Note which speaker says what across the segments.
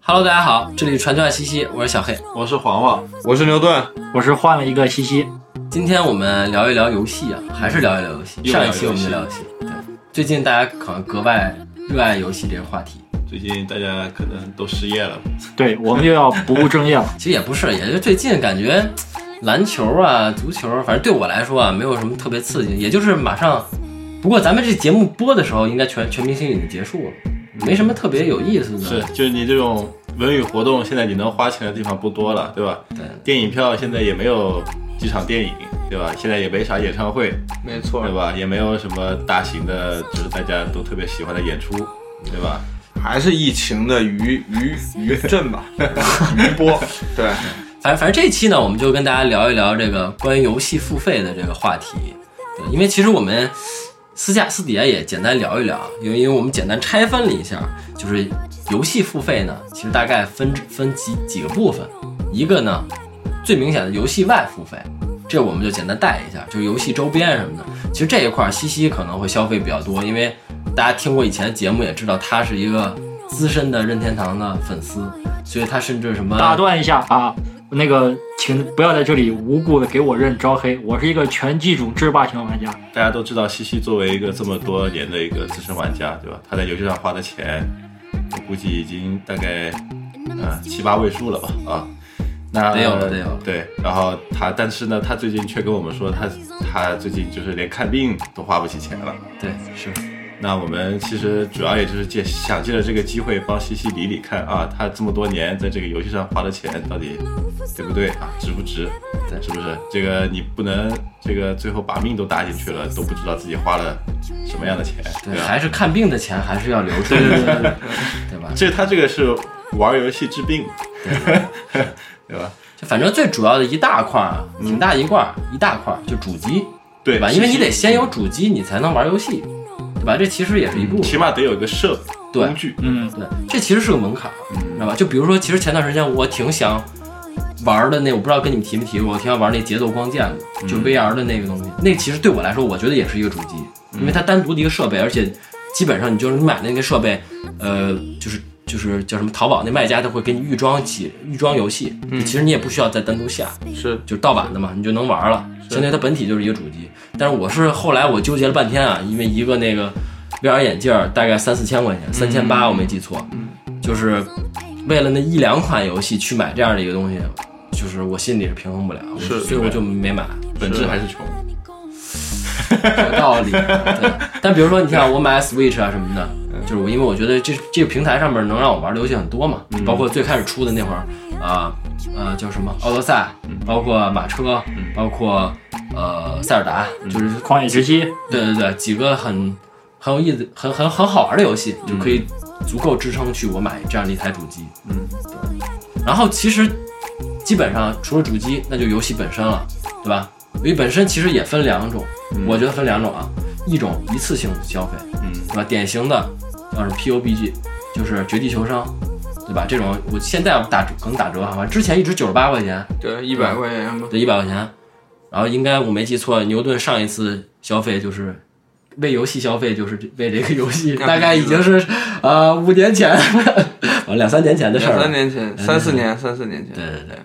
Speaker 1: Hello，大家好，这里传教西西，我是小黑。
Speaker 2: 我是黄黄，
Speaker 3: 我是牛顿，
Speaker 4: 我是换了一个西西，
Speaker 1: 今天我们聊一聊游戏啊，还是聊一聊游戏。
Speaker 2: 又
Speaker 1: 上
Speaker 2: 聊
Speaker 1: 一
Speaker 2: 游戏
Speaker 1: 期我们就聊游戏，对，最近大家可能格外热爱游戏这个话题。
Speaker 2: 最近大家可能都失业了，
Speaker 4: 对我们又要不务正业 了。
Speaker 1: 其实也不是，也就最近感觉篮球啊、足球，反正对我来说啊，没有什么特别刺激，也就是马上。不过咱们这节目播的时候，应该全全明星已经结束了，没什么特别有意思的。
Speaker 2: 是，呃就是你这种文娱活动，现在你能花钱的地方不多了，对吧？
Speaker 1: 对
Speaker 2: 电影票现在也没有几场电影，对吧？现在也没啥演唱会，
Speaker 3: 没错
Speaker 2: 对吧？也没有什么大型的，就是大家都特别喜欢的演出，对吧？
Speaker 3: 还是疫情的余余余 震吧，余波，对，
Speaker 1: 反正反正这一期呢，我们就跟大家聊一聊这个关于游戏付费的这个话题。对，因为其实我们私下私底下也简单聊一聊，因为因为我们简单拆分了一下，就是游戏付费呢，其实大概分分几几个部分。一个呢，最明显的游戏外付费，这我们就简单带一下，就是游戏周边什么的。其实这一块儿西西可能会消费比较多，因为大家听过以前的节目也知道，他是一个资深的任天堂的粉丝，所以他甚至什么
Speaker 4: 打断一下啊，那个请不要在这里无故的给我认招黑，我是一个拳击主制霸型玩家。
Speaker 2: 大家都知道，西西作为一个这么多年的一个资深玩家，对吧？他在游戏上花的钱，我估计已经大概呃七八位数了吧？啊，那
Speaker 1: 得有了得有了
Speaker 2: 对，然后他，但是呢，他最近却跟我们说，他他最近就是连看病都花不起钱了。
Speaker 1: 对是。
Speaker 2: 那我们其实主要也就是借想借着这个机会帮西西理理看啊，他这么多年在这个游戏上花的钱到底对不对啊，值不值？
Speaker 1: 对
Speaker 2: 是不是？这个你不能这个最后把命都搭进去了，都不知道自己花了什么样的钱，
Speaker 1: 对，
Speaker 2: 吧？
Speaker 1: 还是看病的钱还是要留出来的，对吧？
Speaker 2: 这他这个是玩游戏治病，对吧？
Speaker 1: 就反正最主要的一大块儿，挺大一块儿，一大块儿就主机，
Speaker 2: 对
Speaker 1: 对吧？
Speaker 2: 西
Speaker 1: 因为你
Speaker 2: 西
Speaker 1: 得先有主机，你才能玩游戏，对吧？这其实也是一部
Speaker 2: 起
Speaker 1: 分，
Speaker 2: 码得有一个设备
Speaker 1: 对
Speaker 2: 工具，
Speaker 4: 嗯，
Speaker 1: 对，这其实是个门槛儿，知道吧？就比如说，其实前段时间我挺想玩的那，我不知道跟你们提没提过，我挺想玩那节奏光剑的，就 VR 的那个东西，那其实对我来说，我觉得也是一个主机，因为它单独的一个设备，而且基本上你就是你买那个设备，呃，就是。就是叫什么淘宝那卖家，他会给你预装起预装游戏，就其实你也不需要再单独下，
Speaker 3: 嗯是
Speaker 1: 就是盗版的嘛，你就能玩了。相当于它本体就是一个主机。但是我是后来我纠结了半天啊，因为一个那个 VR 眼镜儿大概三四千块钱，三千
Speaker 3: 嗯
Speaker 1: 八我没记错，就是为了那一两款游戏去买这样的一个东西，就是我心里是平衡不了，
Speaker 3: 是
Speaker 1: 所以我就没买。
Speaker 2: 本质还是穷。
Speaker 1: 有道理。对，但比如说你看我买 Switch 啊什么的，就是我因为我觉得这这个平台上面能让我玩的游戏很多嘛，包括最开始出的那会儿啊呃叫什么《奥德赛》，包括马车，包括呃塞尔达，就是
Speaker 4: 旷野之息，
Speaker 1: 对对对，几个很很有意思、很很很好玩的游戏，就可以足够支撑去我买这样的一台主机。嗯，对。然后其实基本上除了主机，那就游戏本身了，对吧？游戏本身其实也分两种，我觉得分两种啊，一种一次性消费，
Speaker 2: 嗯
Speaker 1: 对吧？典型的呃要是 PUBG，就是绝地求生。对吧？这种我现在打折可能打折哈，之前一直九十八块钱，
Speaker 3: 对，一百块钱吧，
Speaker 1: 对，一百块钱。然后应该我没记错，牛顿上一次消费就是为游戏消费，就是这为这个游戏，
Speaker 3: 那
Speaker 1: 大概已
Speaker 3: 必须
Speaker 1: 经是呃五年前， 呃两三年前的事儿
Speaker 3: 两三
Speaker 1: 了。
Speaker 3: 年前，三四年，三四年前，
Speaker 1: 对对对。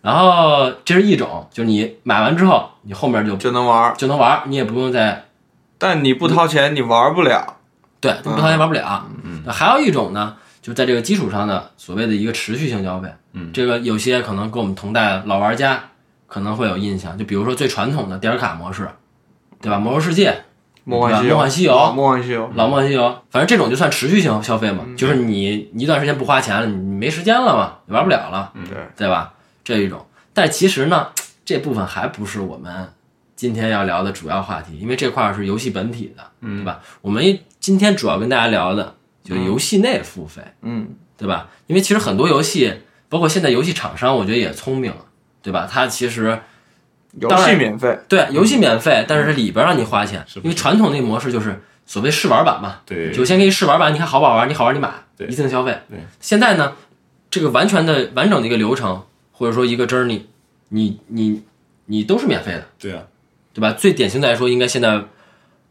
Speaker 1: 然后这是一种，就是你买完之后，你后面就
Speaker 3: 就能玩儿，
Speaker 1: 就能玩儿，你也不用再
Speaker 3: 但你不掏钱你玩不了，
Speaker 1: 对
Speaker 3: 嗯
Speaker 1: 你不掏钱玩不了。那还有一种呢，就在这个基础上的所谓的一个持续性消费。
Speaker 2: 嗯
Speaker 1: 这个有些可能跟我们同代老玩家可能会有印象，就比如说最传统的点卡模式，对吧？魔兽世界。
Speaker 3: 魔幻西游，
Speaker 1: 魔幻西游
Speaker 3: 啊魔幻西游，
Speaker 1: 老莫西游，反正这种就算持续性消费嘛，
Speaker 2: 嗯
Speaker 1: 就是你你一段时间不花钱了，你你没时间了嘛，你玩不了了，
Speaker 2: 嗯
Speaker 3: 对，
Speaker 1: 对吧？这一种，但其实呢，这部分还不是我们今天要聊的主要话题，因为这块儿是游戏本体的，
Speaker 2: 嗯
Speaker 1: 对吧？我们一今天主要跟大家聊的就是游戏内付费，
Speaker 3: 嗯，
Speaker 1: 对吧？因为其实很多游戏，包括现在游戏厂商，我觉得也聪明了，对吧？它其实
Speaker 3: 游
Speaker 1: 当
Speaker 3: 戏
Speaker 1: 然
Speaker 3: 免费，
Speaker 1: 对，游戏免费，但是里边让你花钱，
Speaker 2: 嗯是不
Speaker 1: 因为传统那模式就是所谓试玩版嘛，
Speaker 2: 对
Speaker 1: 就先给你试玩版，你看好不好玩，你好玩你买，
Speaker 2: 对
Speaker 1: 一次性消费。
Speaker 2: 对，
Speaker 1: 现在呢，这个完全的完整的一个流程，或者说一个 journey，你你你都是免费的，
Speaker 2: 对啊，
Speaker 1: 对吧？最典型的来说，应该现在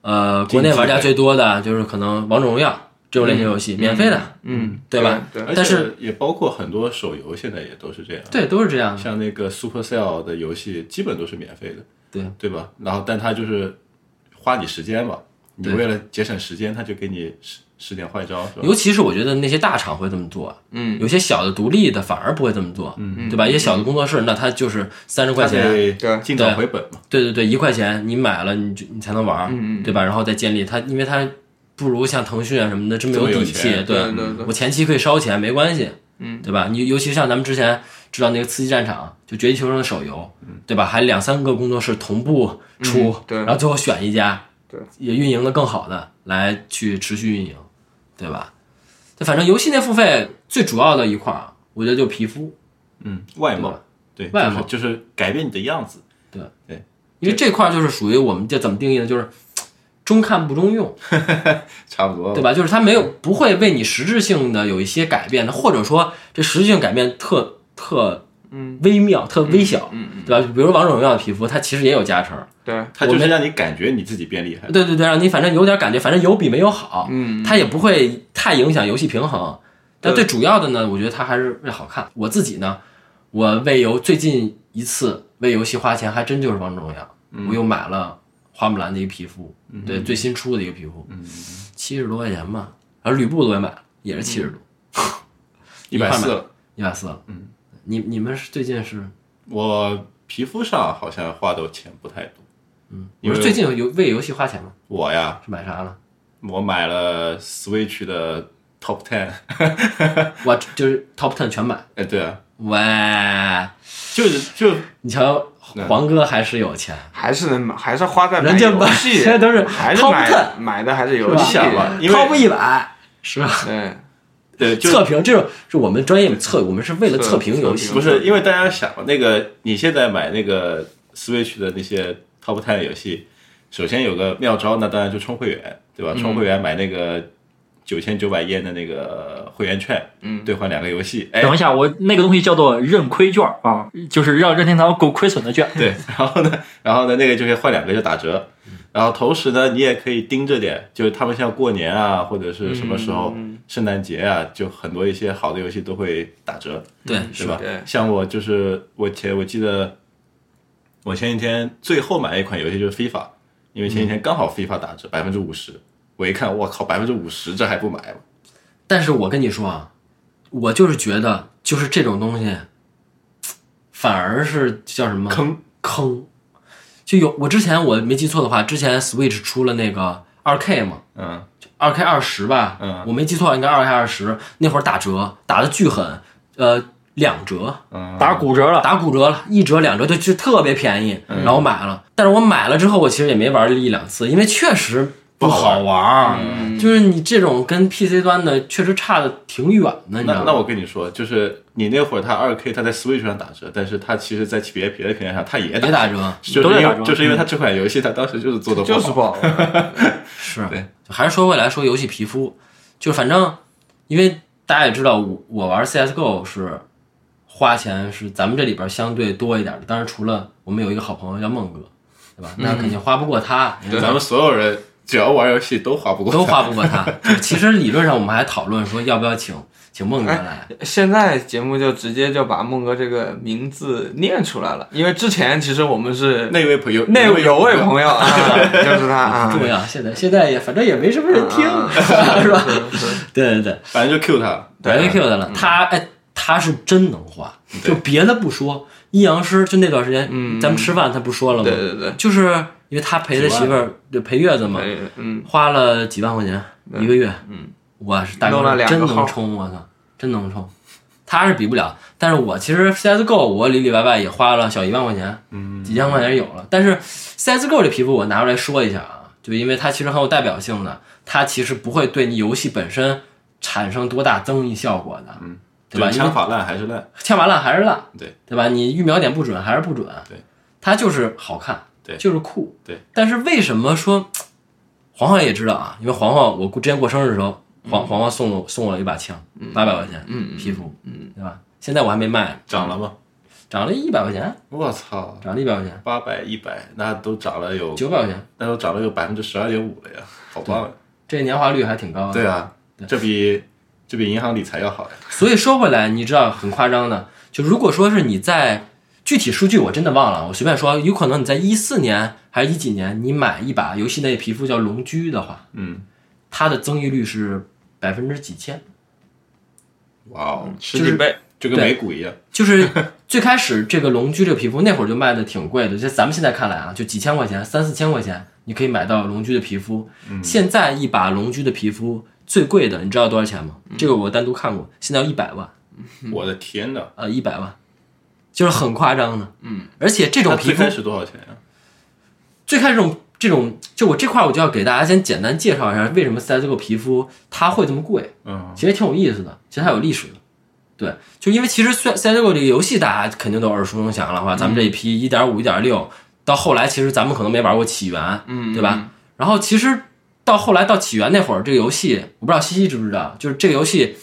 Speaker 1: 呃，国内玩家最多的就是可能王者荣耀，这种类型游戏，免费的，
Speaker 3: 嗯，
Speaker 1: 对吧？
Speaker 3: 对，
Speaker 2: 而
Speaker 1: 但
Speaker 2: 且
Speaker 1: 是
Speaker 2: 也包括很多手游现在也都是这样，
Speaker 1: 对，都是这样的。
Speaker 2: 像那个 Supercell 的游戏基本都是免费的，
Speaker 1: 对
Speaker 2: 对吧？然后但它就是花你时间嘛，你
Speaker 1: 对
Speaker 2: 为了节省时间，它就给你使使点坏招，是吧？
Speaker 1: 尤其是我觉得那些大厂会这么做，
Speaker 3: 嗯，
Speaker 1: 有些小的独立的反而不会这么做，对吧？一些小的工作室，那他就是三十块
Speaker 2: 嗯它
Speaker 1: 钱，啊
Speaker 2: 得
Speaker 3: 对
Speaker 2: 尽早
Speaker 1: 对
Speaker 2: 回本嘛。
Speaker 1: 对对对，一块钱你买了，你就你才能玩儿，对吧？然后再建立它，因为它不如像腾讯啊什么的这么
Speaker 2: 这么有
Speaker 1: 底气
Speaker 2: 钱，
Speaker 1: 对
Speaker 3: 对对对
Speaker 1: 我前期可以烧钱没关系，嗯，对吧？你尤其像咱们之前知道那个《刺激战场》，就《绝地求生》的手游，对吧？还两三个工作室同步出，
Speaker 3: 对
Speaker 1: 然后最后选一家，
Speaker 3: 对，
Speaker 1: 也运营的更好的来去持续运营，对吧？就反正游戏内付费最主要的一块儿啊，我觉得就是皮肤，
Speaker 2: 嗯，外
Speaker 1: 对
Speaker 2: 貌，对，
Speaker 1: 外
Speaker 2: 就是
Speaker 1: 貌
Speaker 2: 就是改变你的样子，
Speaker 1: 因为这块儿就是属于我们这怎么定义呢？就是中看不中用。
Speaker 2: 差不多
Speaker 1: 对？吧？就是它没有不会为你实质性的有一些改变的，或者说这实质性改变特特
Speaker 3: 嗯
Speaker 1: 微妙、特微小，
Speaker 3: 嗯嗯，
Speaker 1: 对吧？比如王者荣耀的皮肤，它其实也有加成，
Speaker 3: 对，
Speaker 2: 它就
Speaker 1: 我
Speaker 2: 是
Speaker 1: 们
Speaker 2: 让你感觉你自己变厉害。
Speaker 1: 对对对，让你反正有点感觉，反正有比没有好，
Speaker 3: 嗯
Speaker 1: 它也不会太影响游戏平衡。但
Speaker 3: 对
Speaker 1: 最主要的呢，我觉得它还是为好看。我自己呢，我为游最近一次为游戏花钱，还真就是王者荣耀，我又买了花木兰的一个皮肤，对最新出的一个皮肤，七十多块钱吧，然后吕布我也买了，也是七十多，
Speaker 2: 一百四了，
Speaker 1: 一百四了。嗯，你你们是最近是？
Speaker 2: 我皮肤上好像花的钱不太多。嗯，
Speaker 1: 你
Speaker 2: 因
Speaker 1: 们
Speaker 2: 为
Speaker 1: 最近有有为游戏花钱吗？
Speaker 2: 我呀，
Speaker 1: 是买啥了？
Speaker 2: 我买了 Switch 的 Top Ten，
Speaker 1: 我就是 top ten 全买。
Speaker 2: 哎，对啊，
Speaker 1: 喂，
Speaker 2: 就是就
Speaker 1: 你瞧，
Speaker 2: 嗯
Speaker 1: 黄哥还是有钱。
Speaker 3: 还是能买，还是花在买
Speaker 1: 人家
Speaker 3: 游
Speaker 1: 买
Speaker 3: 戏，
Speaker 1: 现在都是
Speaker 3: 还是
Speaker 1: top
Speaker 3: 买
Speaker 1: ten
Speaker 3: 买的还是游
Speaker 2: 你
Speaker 3: 戏，
Speaker 2: 想吧，因
Speaker 1: top
Speaker 2: 为
Speaker 1: 一百是吧？
Speaker 3: 对，
Speaker 2: 对就
Speaker 1: 测评这种是我们专业测，我们是为了测评游戏
Speaker 3: 测
Speaker 2: 不
Speaker 3: 评
Speaker 2: 是因为大家想那个你现在买那个 Switch 的那些 Top Ten 游戏，首先有个妙招，那当然就充会员，对吧？充会员买那个九千九百烟的那个呃会员券，
Speaker 3: 嗯
Speaker 2: 兑换两个游戏，哎，
Speaker 4: 等一下，我那个东西叫做认亏券啊，就是让任天堂给我亏损的券。
Speaker 2: 对， 然后呢，然后呢，那个就可以换两个就打折，然后同时呢，你也可以盯着点，就是他们像过年啊，或者是什么时候、圣诞节啊，就很多一些好的游戏都会打折，
Speaker 1: 嗯对，
Speaker 2: 对吧？
Speaker 3: 对
Speaker 2: 像我就是我前我记得我前几天最后买一款游戏就是 FIFA，因为前几天刚好 FIFA 打折百分之五十，我一看我靠百分之五十这还不买吗？
Speaker 1: 但是我跟你说啊，我就是觉得，就是这种东西，反而是叫什么
Speaker 2: 坑
Speaker 1: 坑，就有我之前我没记错的话，之前 Switch 出了那个二 K 嘛，
Speaker 2: 嗯，
Speaker 1: 二 K 二十吧，
Speaker 2: 嗯
Speaker 1: 我没记错，应该二 K 二十那会儿打折，打的巨狠，呃，两折，
Speaker 4: 打骨折 了，
Speaker 1: 打骨折了，一折两折就就特别便宜，然后我买了。但是我买了之后，我其实也没玩一两次，因为确实不好玩儿。嗯就是你这种跟 PC 端的确实差的挺远的，你知
Speaker 2: 那
Speaker 1: 道
Speaker 2: 那
Speaker 1: 吗？
Speaker 2: 我跟你说，就是你那会儿它二 K，它在 Switch 上打折，但是它其实在别别的平台上它也
Speaker 1: 别
Speaker 2: 折。
Speaker 1: 打折，
Speaker 2: 就
Speaker 4: 都
Speaker 2: 是
Speaker 4: 在
Speaker 2: 因
Speaker 4: 打
Speaker 2: 为
Speaker 4: 折
Speaker 2: 就是因为他这款游戏，他当时就是做的
Speaker 3: 就是不好玩，
Speaker 1: 是
Speaker 2: 对。
Speaker 1: 就还是说回来说游戏皮肤，就反正因为大家也知道，我我玩 CS:GO 是花钱是咱们这里边相对多一点的，当然除了我们有一个好朋友叫孟哥，对吧？那肯定花不过他，因为
Speaker 2: 咱们所有人只要玩游戏都划不过，
Speaker 1: 都花不过他。 就是其实理论上我们还讨论说要不要请请孟哥来，
Speaker 3: 现在节目就直接就把孟哥这个名字念出来了，因为之前其实我们是
Speaker 2: 那位朋友，
Speaker 3: 那有位
Speaker 2: 友，
Speaker 3: 朋友啊，就是
Speaker 1: 不
Speaker 3: 他啊
Speaker 1: 重，要。现在现在也反正也没什么人听，
Speaker 3: 啊
Speaker 1: 是吧？对对对，
Speaker 2: 反正就 Q 他，
Speaker 1: 白 Q 他了。他哎，他是真能花，就别的不说，阴阳师就那段时间，咱们吃饭他不说了
Speaker 3: 嗯对
Speaker 1: 吗？
Speaker 3: 对对，
Speaker 1: 就是因为他陪他媳妇儿就陪月子嘛，
Speaker 3: 哎嗯，
Speaker 1: 花了几万块钱一个月，
Speaker 3: 嗯，
Speaker 1: 我是大
Speaker 3: 弄了
Speaker 1: 哥
Speaker 3: 两个
Speaker 1: 真
Speaker 3: 号
Speaker 1: 能冲，我操，真能冲。他是比不了，但是我其实 CSGO 我里里外外也花了小一万块钱，嗯，几千块钱有了。但是 CSGO 这皮肤我拿出来说一下啊，就因为它其实很有代表性的，它其实不会对你游戏本身产生多大增益效果的，嗯，对吧？
Speaker 2: 就
Speaker 1: 因为
Speaker 2: 枪法烂还是烂，
Speaker 1: 枪法烂还是烂，
Speaker 2: 对
Speaker 1: 对吧？你预瞄点不准还是不准，
Speaker 2: 对，
Speaker 1: 它就是好看，
Speaker 2: 对
Speaker 1: 就是酷，
Speaker 2: 对。
Speaker 1: 但是为什么说黄黄也知道啊？因为黄黄我过之前过生日的时候，黄黄黄送了送我一把枪，八百块钱，
Speaker 3: 嗯嗯
Speaker 1: 皮肤，嗯，对吧？现在我还没卖呢，
Speaker 2: 涨了吗？
Speaker 1: 涨了一百块钱，
Speaker 2: 我操，
Speaker 1: 涨了一百块钱，
Speaker 2: 八百一百，那都涨了有，
Speaker 1: 九百块钱，
Speaker 2: 那都涨了有百分之十二点五了呀，好棒！啊
Speaker 1: 这年化率还挺高的。
Speaker 2: 对啊，这比这比银行理财要好呀。
Speaker 1: 所以说回来，你知道很夸张的，就如果说是你在具体数据我真的忘了，我随便说，有可能你在一四年还是一几年，你买一把游戏内皮肤叫龙驹的话，
Speaker 2: 嗯，
Speaker 1: 它的增益率是百分之几千，
Speaker 2: 哇哦，
Speaker 3: 十几倍，
Speaker 2: 就
Speaker 1: 嗯
Speaker 2: 跟
Speaker 1: 对
Speaker 2: 美股一样。
Speaker 1: 就是最开始这个龙驹这个皮肤那会儿就卖的挺贵的，就咱们现在看来啊，就几千块钱、三四千块钱，你可以买到龙驹的皮肤。现在一把龙驹的皮肤最贵的，你知道多少钱吗？这个我单独看过，现在要一百万。嗯
Speaker 2: 我的天呐，
Speaker 1: 呃一百万，就是很夸张的。嗯，而且这
Speaker 2: 那
Speaker 1: 种皮
Speaker 2: 最
Speaker 1: 肤
Speaker 2: 开始多少钱呀？啊
Speaker 1: 最开始这种这种，就我这块儿我就要给大家先简单介绍一下，为什么 CSGO 皮肤它会这么贵，
Speaker 3: 啊
Speaker 2: 嗯，
Speaker 1: 其实挺有意思的，其实它有历史的。对，就因为其实虽 CSGO 这个游戏大家肯定都耳熟能详了哈，
Speaker 3: 嗯
Speaker 1: 咱们这一批一点五、一点六，到后来其实咱们可能没玩过起源，
Speaker 3: 嗯，
Speaker 1: 对吧？然后其实到后来到起源那会儿，这个游戏我不知道西西知不知道，就是这个游戏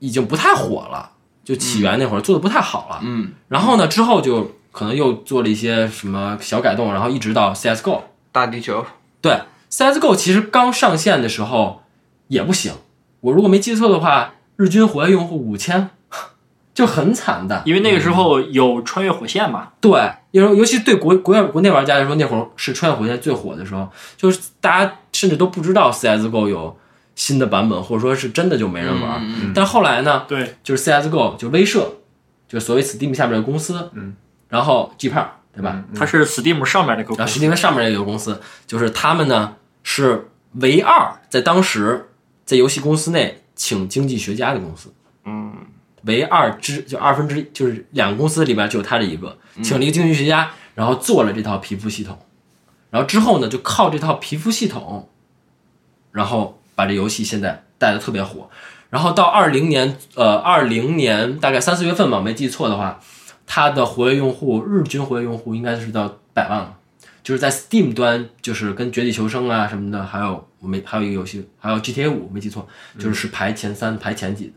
Speaker 1: 已经不太火了，就起源那会儿做的不太好了。
Speaker 3: 嗯，
Speaker 1: 然后呢之后就可能又做了一些什么小改动，然后一直到 CSGO。
Speaker 3: 大地球，
Speaker 1: 对，CSGO 其实刚上线的时候也不行，我如果没记错的话，日均活跃用户五千，就很惨淡。
Speaker 4: 因为那个时候有穿越火线嘛，
Speaker 1: 对，因为尤其对国国国内玩家来说，那会儿是穿越火线最火的时候，就是大家甚至都不知道 CSGO 有新的版本，或者说是真的就没人玩。
Speaker 3: 嗯
Speaker 1: 但后来呢，
Speaker 4: 对，
Speaker 1: 就是 CSGO 就威社，就是所谓 Steam 下面的公司，
Speaker 2: 嗯，
Speaker 1: 然后 G 胖对吧？
Speaker 4: 它是 Steam 上面那
Speaker 1: 然
Speaker 4: 个公
Speaker 1: 后
Speaker 4: 司
Speaker 1: 是因为上面这个公司，就是他们呢是唯二在当时在游戏公司内请经济学家的公司，
Speaker 3: 嗯，
Speaker 1: 唯二之就二分之一，就是两个公司里边就有他这一个，请了一个经济学家，然后做了这套皮肤系统，然后之后呢就靠这套皮肤系统，然后把这游戏现在带的特别火，然后到二零年呃二零年大概三四月份吧，我没记错的话，它的活跃用户日均活跃用户应该是到百万了。就是在 Steam 端，就是跟《绝地求生》啊什么的，还有我没还有一个游戏，还有 GTA 五，没记错，
Speaker 2: 嗯
Speaker 1: 就是是排前三、排前几的，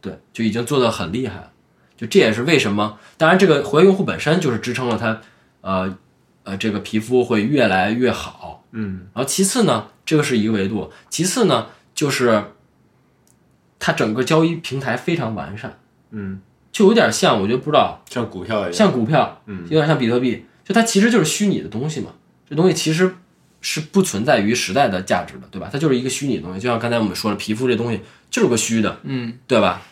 Speaker 1: 对，就已经做得很厉害了。就这也是为什么，当然这个活跃用户本身就是支撑了它，呃呃，这个皮肤会越来越好。
Speaker 2: 嗯，
Speaker 1: 然后其次呢，这个是一个维度，其次呢就是它整个交易平台非常完善，
Speaker 2: 嗯，
Speaker 1: 就有点像我觉得不知道
Speaker 2: 像股票一样，
Speaker 1: 像股票，
Speaker 2: 嗯
Speaker 1: 有点像比特币，就它其实就是虚拟的东西嘛。这东西其实是不存在于时代的价值的，对吧？它就是一个虚拟的东西，就像刚才我们说的，皮肤这东西就是个虚的，
Speaker 3: 嗯，
Speaker 1: 对吧？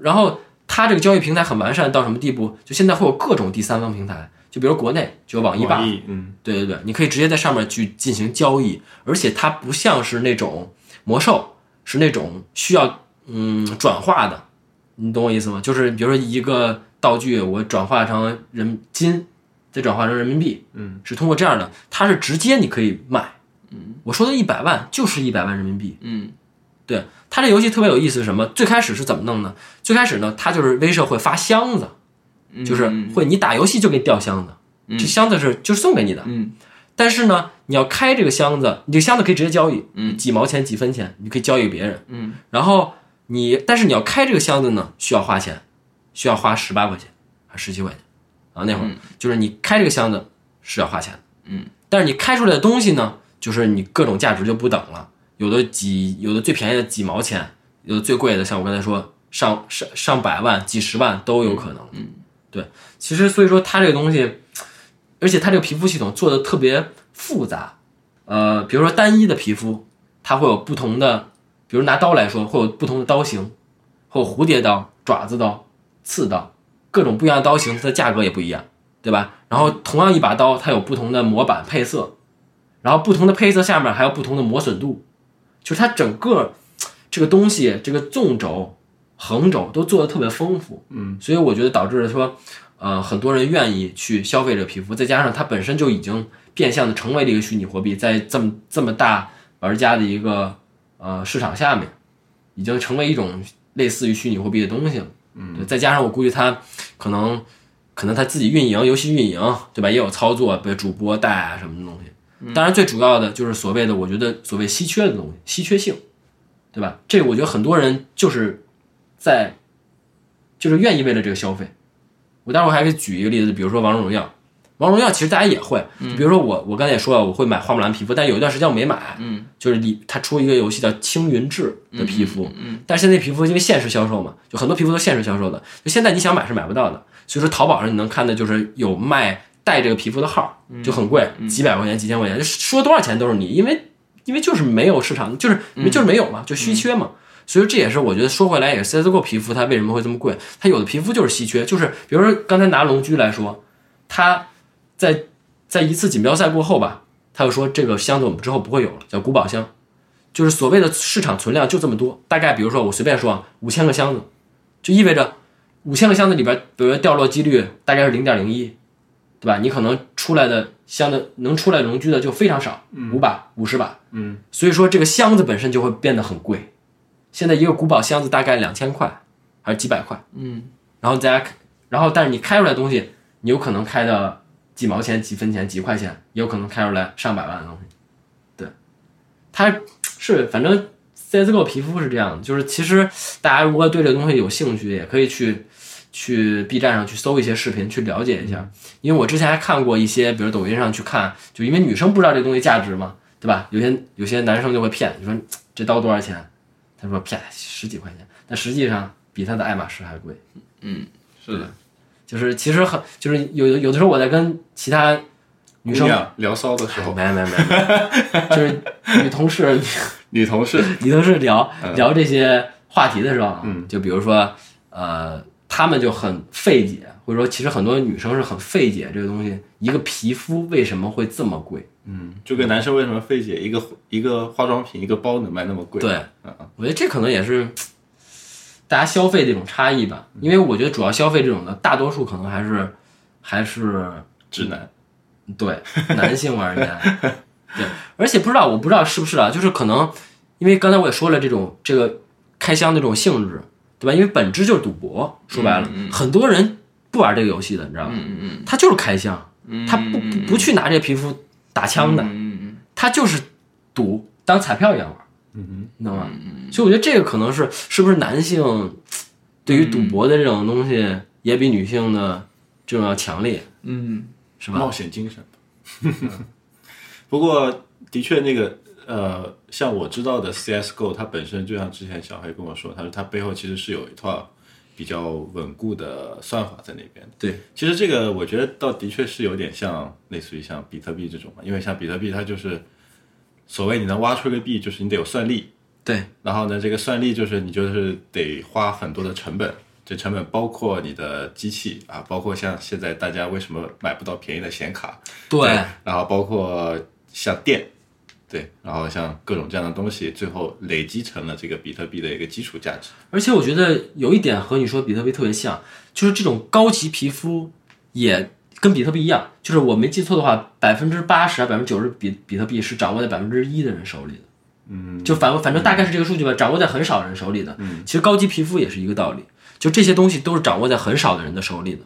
Speaker 1: 然后它这个交易平台很完善到什么地步？就现在会有各种第三方平台，就比如国内就有网易吧
Speaker 2: 网，易，嗯，
Speaker 1: 对对对，你可以直接在上面去进行交易，而且它不像是那种魔兽，是那种需要嗯转化的，你懂我意思吗？就是比如说一个道具，我转化成人金，再转化成人民币，
Speaker 2: 嗯，
Speaker 1: 是通过这样的，它是直接你可以卖，嗯，我说的一百万就是一百万人民币，
Speaker 3: 嗯，
Speaker 1: 对，它这游戏特别有意思是什么？最开始是怎么弄呢？最开始呢，它就是威社会发箱子，
Speaker 3: 嗯
Speaker 1: 就是会你打游戏就给你掉箱子，这箱子是就是送给你的，
Speaker 3: 嗯
Speaker 1: 但是呢，你要开这个箱子，你这个箱子可以直接交易，
Speaker 3: 嗯
Speaker 1: 几毛钱、几分钱，你可以交易给别人。
Speaker 3: 嗯，
Speaker 1: 然后你，但是你要开这个箱子呢，需要花钱，需要花十八块钱还十七块钱啊？那会儿、就是你开这个箱子是要花钱的，
Speaker 3: 嗯，
Speaker 1: 但是你开出来的东西呢，就是你各种价值就不等了，有的几，有的最便宜的几毛钱，有的最贵的，像我刚才说上上上百万、几十万都有可能。
Speaker 3: 嗯
Speaker 1: 对，其实所以说它这个东西，而且它这个皮肤系统做的特别复杂，呃，比如说单一的皮肤，它会有不同的，比如拿刀来说，会有不同的刀型，会有蝴蝶刀、爪子刀、刺刀，各种不一样的刀型，它的价格也不一样，对吧？然后同样一把刀，它有不同的模板配色，然后不同的配色下面还有不同的磨损度，就是它整个这个东西，这个纵轴、横轴都做的特别丰富，
Speaker 2: 嗯，
Speaker 1: 所以我觉得导致了说，呃，很多人愿意去消费这个皮肤，再加上它本身就已经变相的成为了一个虚拟货币，在这么这么大玩家的一个呃市场下面，已经成为一种类似于虚拟货币的东西了。嗯，再加上我估计它可能可能他自己运营游戏运营，对吧？也有操作，比如主播带啊什么的东西。当然，最主要的就是所谓的，我觉得所谓稀缺的东西，稀缺性，对吧？这我觉得很多人就是在就是愿意为了这个消费。我待会儿还可以举一个例子，比如说《王者荣耀》，王者荣耀其实大家也会，
Speaker 3: 嗯
Speaker 1: 就比如说我，我刚才也说了，我会买花木兰皮肤，但有一段时间我没买，
Speaker 3: 嗯，
Speaker 1: 就是里它出一个游戏叫《青云志》的皮肤，
Speaker 3: 嗯，
Speaker 1: 但是现在皮肤因为限时销售嘛，就很多皮肤都限时销售的，就现在你想买是买不到的。所以说淘宝上你能看的就是有卖带这个皮肤的号，
Speaker 3: 嗯
Speaker 1: 就很贵，几百块钱、几千块钱，就是说多少钱都是你，因为因为就是没有市场，就是
Speaker 3: 嗯
Speaker 1: 就是没有嘛，就稀缺嘛。所以这也是我觉得说回来也是 CSGO 皮肤它为什么会这么贵，它有的皮肤就是稀缺，就是比如说刚才拿龙驹来说，它在在一次锦标赛过后吧，他就说这个箱子我们之后不会有了，叫古堡箱。就是所谓的市场存量就这么多，大概比如说我随便说啊，五千个箱子，就意味着五千个箱子里边，比如说掉落几率大概是零点零一，对吧？你可能出来的箱子能出来龙驹的就非常少，五把、五十把，
Speaker 2: 嗯，
Speaker 1: 所以说这个箱子本身就会变得很贵。现在一个古堡箱子大概两千块还是几百块，
Speaker 3: 嗯，
Speaker 1: 然后大家，然后但是你开出来的东西，你有可能开的几毛钱、几分钱、几块钱，也有可能开出来上百万的哦东西，对，它是，反正 CSGO 皮肤是这样的，就是其实大家如果对这个东西有兴趣，也可以去去 B 站上去搜一些视频去了解一下。因为我之前还看过一些，比如抖音上去看，就因为女生不知道这东西价值嘛，对吧？有些有些男生就会骗，你说这刀多少钱？他说骗十几块钱，但实际上比他的爱马仕还贵。
Speaker 2: 嗯是的，
Speaker 1: 就是其实很就是有有的时候我在跟其他女生嗯
Speaker 2: 姑娘聊骚的时候，
Speaker 1: 没没没没，就是女同事
Speaker 2: 女同事
Speaker 1: 你都是聊
Speaker 2: 嗯
Speaker 1: 聊这些话题的时候啊，就比如说，呃，他们就很费解，或者说其实很多女生是很费解这个东西，一个皮肤为什么会这么贵？
Speaker 2: 就跟男生为什么费解一个一个化妆品一个包能卖那么贵？
Speaker 1: 对
Speaker 2: 嗯，嗯
Speaker 1: 我觉得这可能也是大家消费的一种差异吧，因为我觉得主要消费这种的，大多数可能还是还是
Speaker 2: 直男，
Speaker 1: 对男性玩家，对，而且不知道我不知道是不是啊，就是可能因为刚才我也说了，这种这个开箱的这种性质，对吧？因为本质就是赌博，说白了，很多人不玩这个游戏的，你知道吗？
Speaker 3: 嗯嗯
Speaker 1: 他就是开箱，
Speaker 3: 嗯，
Speaker 1: 他不不不去拿这皮肤打枪的，
Speaker 3: 嗯
Speaker 1: 他就是赌，当彩票一样玩，
Speaker 2: 嗯
Speaker 1: 你懂吗？所以我觉得这个可能是是不是男
Speaker 3: 嗯
Speaker 1: 性对于赌博的这种东西也比女性的这种要强烈，
Speaker 3: 嗯
Speaker 1: 是吧？
Speaker 2: 冒险精神。 不过的确，那个呃，像我知道的 CSGO，它本身就像之前小黑跟我说，他说它背后其实是有一套比较稳固的算法在那边的。
Speaker 1: 对，
Speaker 2: 其实这个我觉得倒的确是有点像类似于像比特币这种嘛，因为像比特币它就是所谓你能挖出一个币，就是你得有算力，
Speaker 1: 对，
Speaker 2: 然后呢，这个算力就是你就是得花很多的成本，这成本包括你的机器啊，包括像现在大家为什么买不到便宜的显卡，
Speaker 1: 对，
Speaker 2: 然后包括像电，对，然后像各种这样的东西，最后累积成了这个比特币的一个基础价值。
Speaker 1: 而且我觉得有一点和你说比特币特别像，就是这种高级皮肤也跟比特币一样，就是我没记错的话，百分之八十啊百分之九十比比特币是掌握在百分之一的人手里的。嗯，就反反正大概是这个数据吧，掌握在很少人手里的。嗯，其实高级皮肤也是一个道理，就这些东西都是掌握在很少的人的手里的。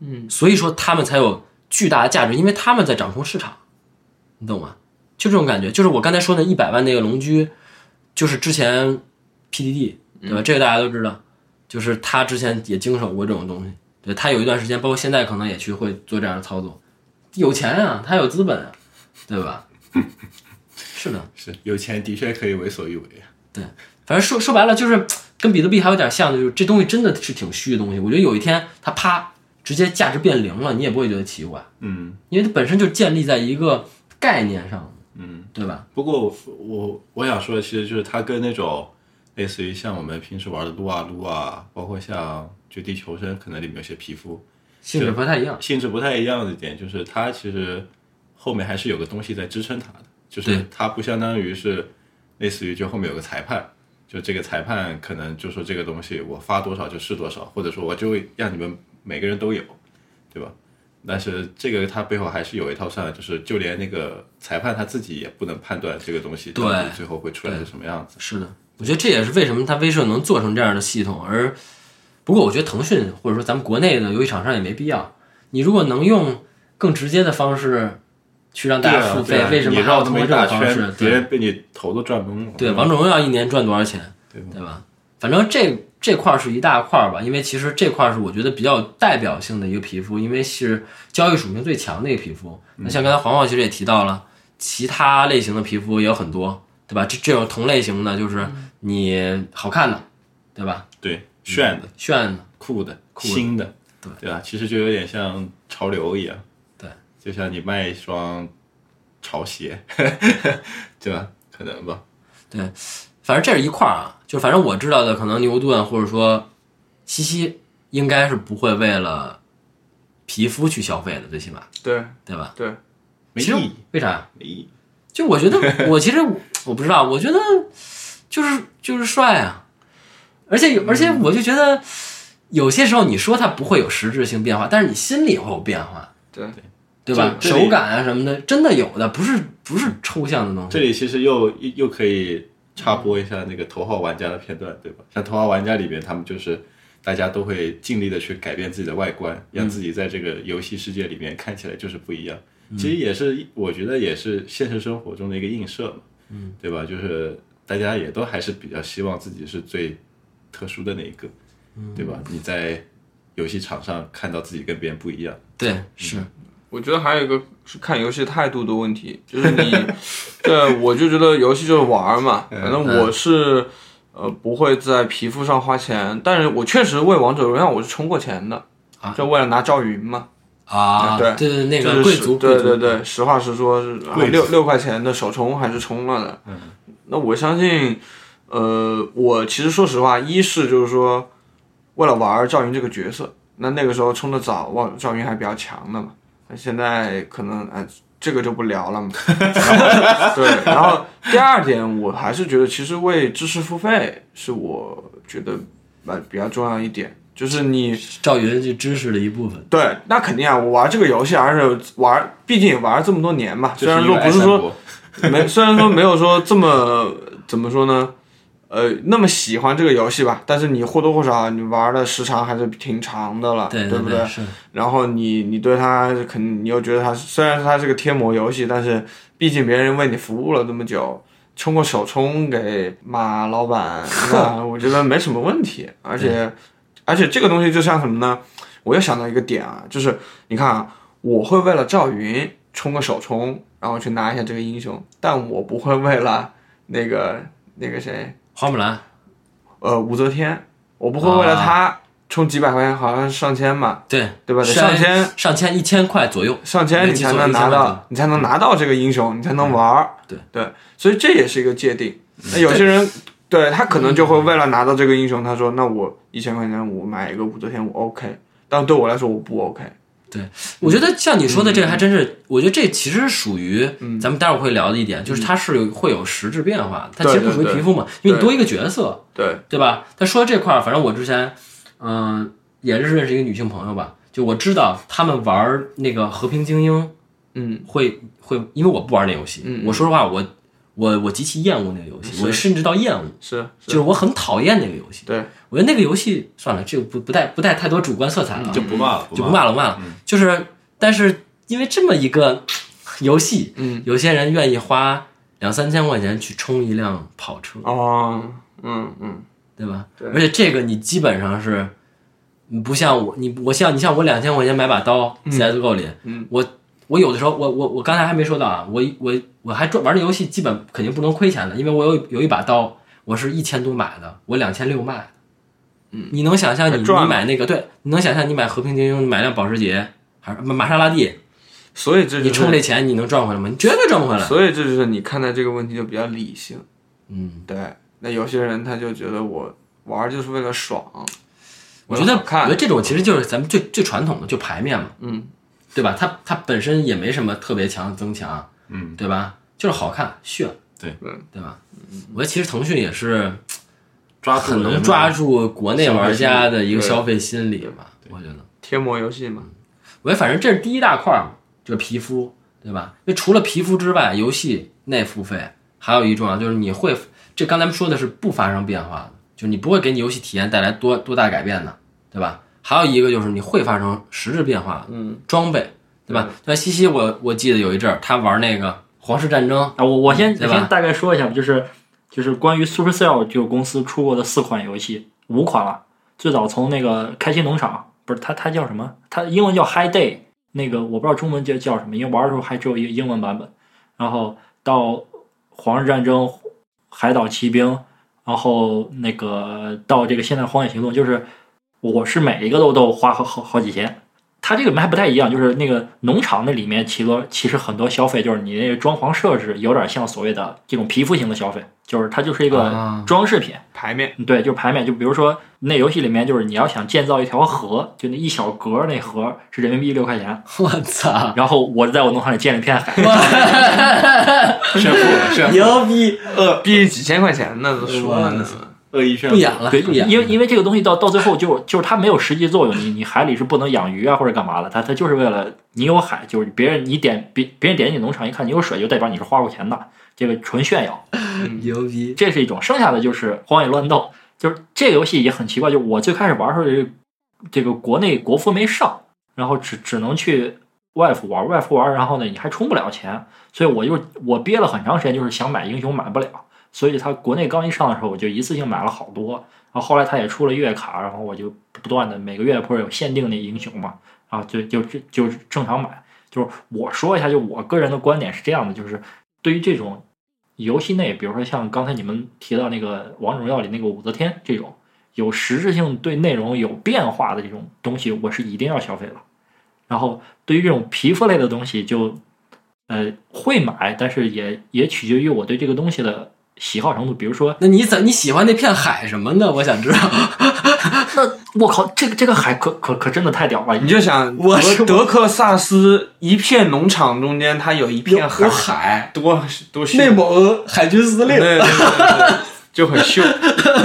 Speaker 1: 嗯，所以说他们才有巨大的价值，因为他们在掌控市场，你懂吗？就这种感觉，就是我刚才说那一百万那个龙驹，就是之前 PDD 对吧？这个大家都知道，就是他之前也经手过这种东西，对他有一段时间，包括现在可能也去会做这样的操作，有钱啊，他有资本啊，对吧？是的，
Speaker 2: 是有钱的确可以为所欲为，
Speaker 1: 反正说说白了就是跟比特币还有点像的，就是这东西真的是挺虚的东西。我觉得有一天它啪直接价值变零了，你也不会觉得奇怪，
Speaker 2: 嗯。
Speaker 1: 因为它本身就建立在一个概念上，嗯，对吧？
Speaker 2: 不过我我我想说的其实就是它跟那种类似于像我们平时玩的撸啊撸啊，包括像绝地求生，可能里面有些皮肤，
Speaker 1: 性质不太一样，
Speaker 2: 性质不太一样的一点就是，它其实后面还是有个东西在支撑它的，就是
Speaker 1: 对
Speaker 2: 它不相当于是类似于就后面有个裁判，就这个裁判可能就说这个东西我发多少就是多少，或者说我就让你们每个人都有，对吧？但是这个它背后还是有一套算法，就是就连那个裁判他自己也不能判断这个东西到底
Speaker 1: 对
Speaker 2: 最后会出来是什么样子。
Speaker 1: 是的，我觉得这也是为什么它威社能做成这样的系统。而不过，我觉得腾讯或者说咱们国内的游戏厂商也没必要。你如果能用更直接的方式去让大
Speaker 2: 对
Speaker 1: 家
Speaker 2: 啊
Speaker 1: 付
Speaker 2: 对
Speaker 1: 费，
Speaker 2: 啊
Speaker 1: 为什
Speaker 2: 你
Speaker 1: 么还
Speaker 2: 绕
Speaker 1: 要
Speaker 2: 这
Speaker 1: 通
Speaker 2: 么
Speaker 1: 过
Speaker 2: 一
Speaker 1: 这
Speaker 2: 大
Speaker 1: 种方
Speaker 2: 圈
Speaker 1: 式？，
Speaker 2: 别
Speaker 1: 对
Speaker 2: 人被你头都转懵了。
Speaker 1: 对，王者荣耀一年赚多少钱？对吧？反正这这块儿是一大块儿吧，因为其实这块儿是我觉得比较有代表性的一个皮肤，因为是交易属性最强的一个皮肤。那像刚才黄黄其实也提到了，其他类型的皮肤也有很多，对吧？这这种同类型的，就是你好看的，对吧？
Speaker 2: 对，炫的、
Speaker 1: 炫的，
Speaker 2: 酷的、
Speaker 1: 酷的
Speaker 2: 新的，
Speaker 1: 对
Speaker 2: 对吧？其实就有点像潮流一样，
Speaker 1: 对，
Speaker 2: 就像你卖一双潮鞋， 对吧？可能吧，
Speaker 1: 反正这是一块儿啊，就反正我知道的，可能牛顿或者说西西应该是不会为了皮肤去消费的，最起码
Speaker 3: 对
Speaker 1: 对吧？
Speaker 3: 对，
Speaker 2: 没
Speaker 1: 其实
Speaker 2: 意义，
Speaker 1: 为啥？
Speaker 2: 没意义。
Speaker 1: 就我觉得我其实我不知道，我觉得就是就是帅啊，而且有而且
Speaker 3: 嗯
Speaker 1: 我就觉得有些时候你说它不会有实质性变化，但是你心里会有变化，
Speaker 3: 对
Speaker 1: 对吧？
Speaker 2: 这这里
Speaker 1: 手感啊什么的，真的有的，不是不
Speaker 3: 嗯
Speaker 1: 是抽象的东西。
Speaker 2: 这里其实又又又可以插播一下那个《头号玩家》的片段，对吧？像《头号玩家》里面，他们就是大家都会尽力的去改变自己的外
Speaker 1: 嗯
Speaker 2: 观，让自己在这个游戏世界里面看起来就是不一样。
Speaker 1: 嗯
Speaker 2: 其实也是，我觉得也是现实生活中的一个映射嘛，嗯，对吧？就是大家也都还是比较希望自己是最特殊的那一个，
Speaker 1: 嗯
Speaker 2: 对吧？你在游戏场上看到自己跟别人不一样，
Speaker 3: 嗯
Speaker 1: 对，是
Speaker 3: 我觉得还有一个是看游戏态度的问题，就是 你，对，我就觉得游戏就是玩儿 嘛，反正我是呃不会在皮肤上花钱，但是我确实为王者荣耀我是充过钱的，就为了拿赵云嘛，
Speaker 1: 啊，
Speaker 3: 对
Speaker 1: 对对，那
Speaker 3: 就
Speaker 1: 个
Speaker 3: 是
Speaker 1: 贵
Speaker 3: 实
Speaker 1: 族，贵族
Speaker 3: 对
Speaker 1: 嗯
Speaker 3: 对对，实话实说，是啊
Speaker 2: 贵族
Speaker 3: 六六块钱的首充还是充了的。嗯，那我相信，呃，我其实说实话，一是就是说，为了玩赵云这个角色，那那个时候充的早，望赵云还比较强的嘛，那现在可能哎。这个就不聊了嘛， 对。然后第二点，我还是觉得，其实为知识付费是我觉得呃比较重要一点，就是你
Speaker 1: 赵云就知识的一部分。
Speaker 3: 对，那肯定啊！我玩这个游戏，而且玩，毕竟也玩了这么多年嘛。
Speaker 2: 就
Speaker 3: 虽然
Speaker 2: 因
Speaker 3: 说
Speaker 2: 为
Speaker 3: 不
Speaker 2: 爱
Speaker 3: 是
Speaker 2: 三
Speaker 3: 说
Speaker 2: 国，
Speaker 3: 没，虽然说没有说这么怎么说呢，呃，那么喜欢这个游戏吧，但是你或多或少啊你玩的时长还是挺长的了，
Speaker 1: 对
Speaker 3: 不
Speaker 1: 对
Speaker 3: 啊对？
Speaker 1: 是，
Speaker 3: 然后你你对它肯定，你又觉得它虽然它是个贴膜游戏，但是毕竟别人为你服务了这么久，充个首充给马老板，那我觉得没什么问题。而且而且这个东西就像什么呢？我又想到一个点啊，就是你看啊，我会为了赵云充个首充，然后去拿一下这个英雄，但我不会为了那个那个谁，
Speaker 1: 花木兰
Speaker 3: 呃，武则天，我不会为了他充几百块钱，好像是上千嘛，
Speaker 1: 对
Speaker 3: 对吧？得
Speaker 1: 上
Speaker 3: 上千。
Speaker 1: 上千一千块左右，
Speaker 3: 上千你
Speaker 1: 没记错
Speaker 3: 才能拿
Speaker 1: 1000块钱
Speaker 3: 到，你才能拿到这个英雄，你才能玩儿。
Speaker 1: 嗯对嗯
Speaker 3: 对，所以这也是一个界定。那有些人，对他可能就会为了拿到这个英雄，他说：“那我一千块钱我买一个武则天，我 OK。”但对我来说我不 OK。
Speaker 1: 我觉得像你说
Speaker 3: 嗯
Speaker 1: 的这个还真是，我觉得这其实属于咱们待会儿会聊的一点，
Speaker 3: 嗯
Speaker 1: 就是它是有会有实质变化的，它其实不属于皮肤嘛，因为你多一个角色，
Speaker 3: 对，
Speaker 1: 对吧？但说到这块儿，反正我之前，嗯、也是认识一个女性朋友吧，就我知道他们玩儿那个《和平精英》
Speaker 3: 嗯，
Speaker 1: 会会，因为我不玩那游戏，
Speaker 3: 嗯嗯
Speaker 1: 我说实话，我我我极其厌恶那个游戏，
Speaker 3: 是
Speaker 1: 我甚至到厌恶，
Speaker 3: 是
Speaker 1: 就是我很讨厌那个游戏。
Speaker 3: 对，
Speaker 1: 我觉得那个游戏算了，这个不不带不带太多主观色彩
Speaker 3: 嗯
Speaker 1: 了，啊
Speaker 2: 就不骂了，
Speaker 1: 就不
Speaker 2: 了。
Speaker 1: 骂了，不骂了。就是，但是因为这么一个游戏，
Speaker 3: 嗯，
Speaker 1: 有些人愿意花两三千块钱去充一辆跑车，
Speaker 3: 哦，嗯嗯，
Speaker 1: 对吧？
Speaker 3: 对
Speaker 1: 而且这个你基本上是，你不像我，你我像你像我两千块钱买把刀，CSGO 里，
Speaker 3: 嗯
Speaker 1: 我我有的时候我我我刚才还没说到啊，我我我还专玩这游戏，基本肯定不能亏钱的，因为我有有一把刀，我是一千多买的，我两千六卖的。嗯，你能想象你
Speaker 3: 还赚了
Speaker 1: 你买那个对，你能想象你买和平精英，你买辆保时捷还是玛莎拉蒂，
Speaker 3: 所以这
Speaker 1: 你
Speaker 3: 就
Speaker 1: 充
Speaker 3: 是，
Speaker 1: 这钱你能赚回来吗？你绝对赚不回来。
Speaker 3: 所以这就是你看待这个问题就比较理性。
Speaker 1: 嗯，
Speaker 3: 对，那有些人他就觉得我玩儿就是为了爽，
Speaker 1: 我觉得
Speaker 3: 为了好
Speaker 1: 我觉得
Speaker 3: 看，
Speaker 1: 这种其实就是咱们最最传统的就牌面嘛。
Speaker 3: 嗯，
Speaker 1: 对吧？它它本身也没什么特别强的增强，
Speaker 2: 嗯，
Speaker 1: 对吧？就是好看炫，
Speaker 2: 对
Speaker 1: 对吧？我觉得其实腾讯也是
Speaker 2: 抓住
Speaker 1: 很
Speaker 2: 人
Speaker 1: 能
Speaker 2: 嘛
Speaker 1: 抓住国内玩家的一个消
Speaker 3: 消
Speaker 1: 费心理吧，我觉得。
Speaker 3: 贴膜游戏嘛。
Speaker 1: 我觉得反正这是第一大块儿嘛，就是皮肤，对吧？因为除了皮肤之外，游戏内付费还有一重要就是你会，这刚才说的是不发生变化的，就是你不会给你游戏体验带来多多大改变的，对吧？还有一个就是你会发生实质变化，嗯，装备，对吧？像西西我，我记得有一阵儿他玩那个《皇室战争》，
Speaker 4: 啊，我我先
Speaker 1: 对
Speaker 4: 我
Speaker 1: 吧
Speaker 4: 先大概说一下吧，就是就是关于 Supercell 这个公司出过的四款游戏，五款了。最早从那个开心农场，不是它它叫什么？它英文叫 High Day，那个我不知道中文叫叫什么，因为玩的时候还只有一个英文版本。然后到皇室战争、海岛奇兵，然后那个到这个现在荒野行动，就是我是每一个都都花好好好几千。它这个里面还不太一样，就是那个农场那里面其多其实很多消费，就是你那个装潢设置有点像所谓的这种皮肤型的消费，就是它就是一
Speaker 1: 啊
Speaker 4: 个装饰品。
Speaker 3: 牌面
Speaker 4: 对，就是牌面，就比如说那游戏里面，就是你要想建造一条河，就那一小格儿那河儿是人民币六块钱，
Speaker 1: 我操，
Speaker 4: 然后我在我农场里建了一片海，
Speaker 2: 炫富了，炫富了，
Speaker 1: 牛逼，
Speaker 3: 呃，逼几千块钱那都说了呢。
Speaker 2: 恶意炫
Speaker 1: 不
Speaker 2: 富。
Speaker 1: 演了，
Speaker 4: 对，
Speaker 1: 不演了。
Speaker 4: 因为因为这个东西到到最后就就是它没有实际作用，你你海里是不能养鱼啊或者干嘛的，它它就是为了你有海，就是别人你点别别人点你农场一看你有水，就代表你是花过钱的，这个纯炫耀。
Speaker 1: 牛逼，
Speaker 4: 这是一种，剩下的就是荒野乱斗，就是这个游戏也很奇怪，就是我最开始玩的时候，这个这个国内国服没上，然后只只能去外服玩，外服玩，然后呢你还充不了钱，所以我就我憋了很长时间，就是想买英雄买不了，所以它国内刚一上的时候，我就一次性买了好多，然后后来它也出了月卡，然后我就不断的每个月不是有限定的英雄嘛，然后就就就就正常买。就是我说一下，就我个人的观点是这样的，就是对于这种游戏内，比如说像刚才你们提到那个《王者荣耀》里那个武则天这种有实质性对内容有变化的这种东西，我是一定要消费的。然后对于这种皮肤类的东西就，呃会买，但是也也取决于我对这个东西的喜好程度。比如说，
Speaker 1: 那你怎你喜欢那片海什么的？我想知道。
Speaker 4: 那我靠，这个这个海可可可真的太屌了！
Speaker 3: 你就想
Speaker 1: 我是
Speaker 3: 德德克萨斯一片农场中间，它有一片海，
Speaker 1: 有海，
Speaker 3: 多多秀
Speaker 1: 内蒙海军司
Speaker 3: 对
Speaker 1: 令，
Speaker 3: 对 对对，就很秀。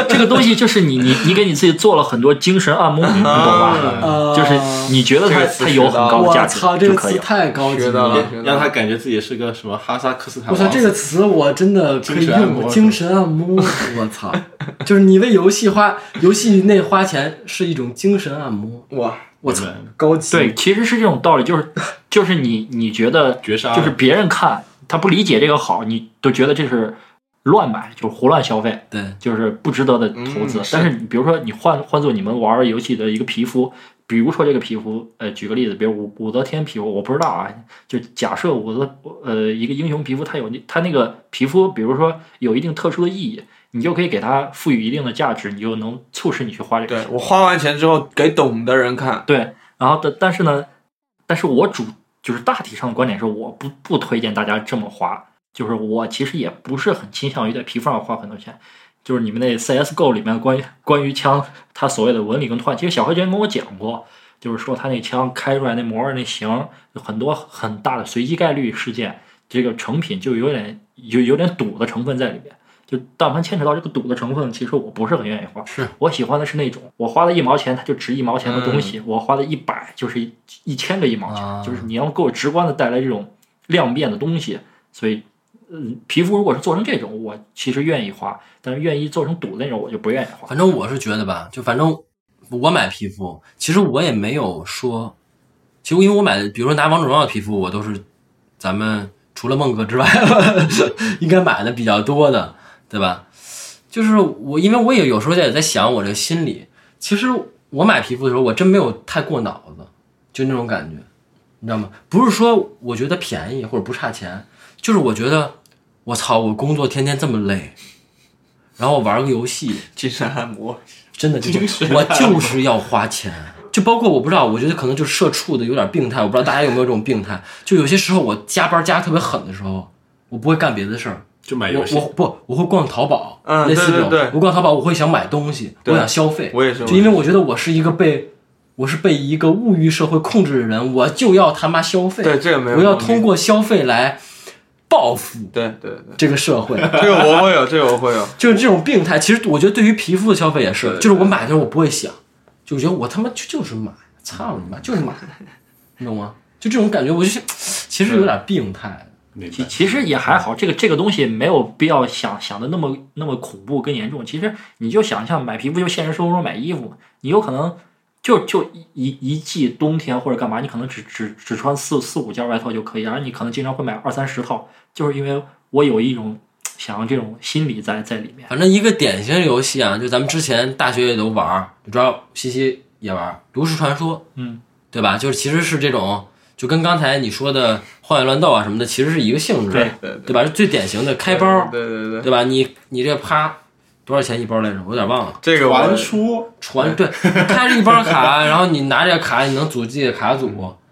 Speaker 4: 这个东西就是你你你给你自己做了很多精神按摩，你懂吧？
Speaker 1: 啊
Speaker 4: 就是你觉得
Speaker 3: 这
Speaker 4: 它
Speaker 3: 个词
Speaker 4: 它有很高的
Speaker 1: 我
Speaker 4: 价值
Speaker 1: 操，这
Speaker 4: 就
Speaker 1: 个
Speaker 4: 可以
Speaker 1: 词
Speaker 4: 了。
Speaker 1: 太高级
Speaker 3: 学到
Speaker 1: 了
Speaker 3: 了。
Speaker 2: 啊让他感觉自己是个什么哈萨克斯坦
Speaker 1: 我
Speaker 2: 王子。
Speaker 1: 操，这个词我真的可以
Speaker 2: 精神按
Speaker 1: 用，
Speaker 2: 摩
Speaker 1: 精神按摩。我操，就是你为游戏花游戏内花钱是一种精神按摩。
Speaker 3: 哇，
Speaker 1: 我操
Speaker 2: 明白，
Speaker 1: 高级。
Speaker 4: 对，其实是这种道理， 就是就是你你觉得
Speaker 2: 绝杀
Speaker 4: 就是别人看他不理解这个好，你都觉得这是乱买，就是胡乱消费，
Speaker 1: 对，
Speaker 4: 就是不值得的投资。
Speaker 3: 嗯是
Speaker 4: 但是你比如说你换换做你们玩游戏的一个皮肤，比如说这个皮肤，呃，举个例子，比如武武则天皮肤，我不知道啊，就假设武则呃一个英雄皮肤，它有那它那个皮肤，比如说有一定特殊的意义，你就可以给它赋予一定的价值，你就能促使你去花这个
Speaker 3: 对
Speaker 4: 钱。
Speaker 3: 我花完钱之后给懂的人看，
Speaker 4: 对，然后但但是呢，但是我主就是大体上的观点是，我不不推荐大家这么花，就是我其实也不是很倾向于在皮肤上花很多钱。就是你们那 CSGO 里面关于关于枪，它所谓的纹理跟图案，其实小黑之前跟我讲过，就是说他那枪开出来那模儿那型儿，有很多很大的随机概率事件，这个成品就有点有有点赌的成分在里面。就但凡牵扯到这个赌的成分，其实我不是很愿意花。
Speaker 1: 是
Speaker 4: 我喜欢的是那种我花了一毛钱，它就值一毛钱的东西；我花了一百，就是一一千个一毛钱。
Speaker 1: 啊
Speaker 4: 就是你要给我直观的带来这种量变的东西，所以。嗯，皮肤如果是做成这种，我其实愿意花，但是愿意做成赌的那种，我就不愿意花。
Speaker 1: 反正我是觉得吧，就反正我买皮肤，其实我也没有说，其实因为我买的，比如说拿王者荣耀的皮肤，我都是咱们除了孟哥之外， 应该买的比较多的，对吧？就是我，因为我也有时候也在想我这个心理，其实我买皮肤的时候，我真没有太过脑子，就那种感觉，你知道吗？不是说我觉得便宜或者不差钱，就是我觉得我操，我工作天天这么累，然后我玩个游戏。
Speaker 3: 精神按摩。
Speaker 1: 真的就是
Speaker 3: 啊
Speaker 1: 我就是要花钱。就包括我不知道，我觉得可能就是社畜的有点病态，我不知道大家有没有这种病态。就有些时候我加班加得特别狠的时候，我不会干别的事儿，
Speaker 2: 就买
Speaker 1: 我
Speaker 2: 游戏
Speaker 1: 我，不我会逛淘宝，
Speaker 3: 哎嗯
Speaker 1: 类似这种，
Speaker 3: 对对对
Speaker 1: 我逛淘宝我会想买东西，
Speaker 3: 对
Speaker 1: 我想消费，
Speaker 3: 我也是
Speaker 1: 就因为我觉得我是一个被我是被一个物欲社会控制的人，我就要他妈消费，
Speaker 3: 对这个没有
Speaker 1: 我要
Speaker 3: 毛病
Speaker 1: 通过消费来报复
Speaker 3: 对对对，
Speaker 1: 这个社会，
Speaker 3: 这个我会有，这个我会有。
Speaker 1: 就是这种病态，其实我觉得对于皮肤的消费也是，
Speaker 3: 对
Speaker 1: 就是我买的时候我不会想，就我觉得我他妈就就是买，操你妈就是买， 你懂吗？就这种感觉，我就是其实有点病态。
Speaker 2: 明
Speaker 4: 其
Speaker 2: 白
Speaker 4: 其实也还好，这个这个东西没有必要想想的那么那么恐怖跟严重。其实你就想象买皮肤，就现实生活中买衣服，你有可能就就一一一季冬天或者干嘛，你可能只只只穿四四五件外套就可以，然后你可能经常会买二三十套，就是因为我有一种想要这种心理在在里面。
Speaker 1: 反正一个典型游戏啊，就咱们之前大学也都玩儿，你知道西西也玩儿《炉石传说》，
Speaker 4: 嗯，
Speaker 1: 对吧？就是其实是这种，就跟刚才你说的《荒野乱斗》啊什么的，其实是一个性质，
Speaker 4: 对
Speaker 3: 对
Speaker 1: 对吧？是最典型的开包，
Speaker 3: 对对对，
Speaker 1: 对吧？你你这啪多少钱一包来着？我有点忘了。
Speaker 3: 这个我
Speaker 2: 传
Speaker 1: 啊
Speaker 2: 说
Speaker 1: 传对，开着一包卡，然后你拿这个卡，你能组自己的卡组。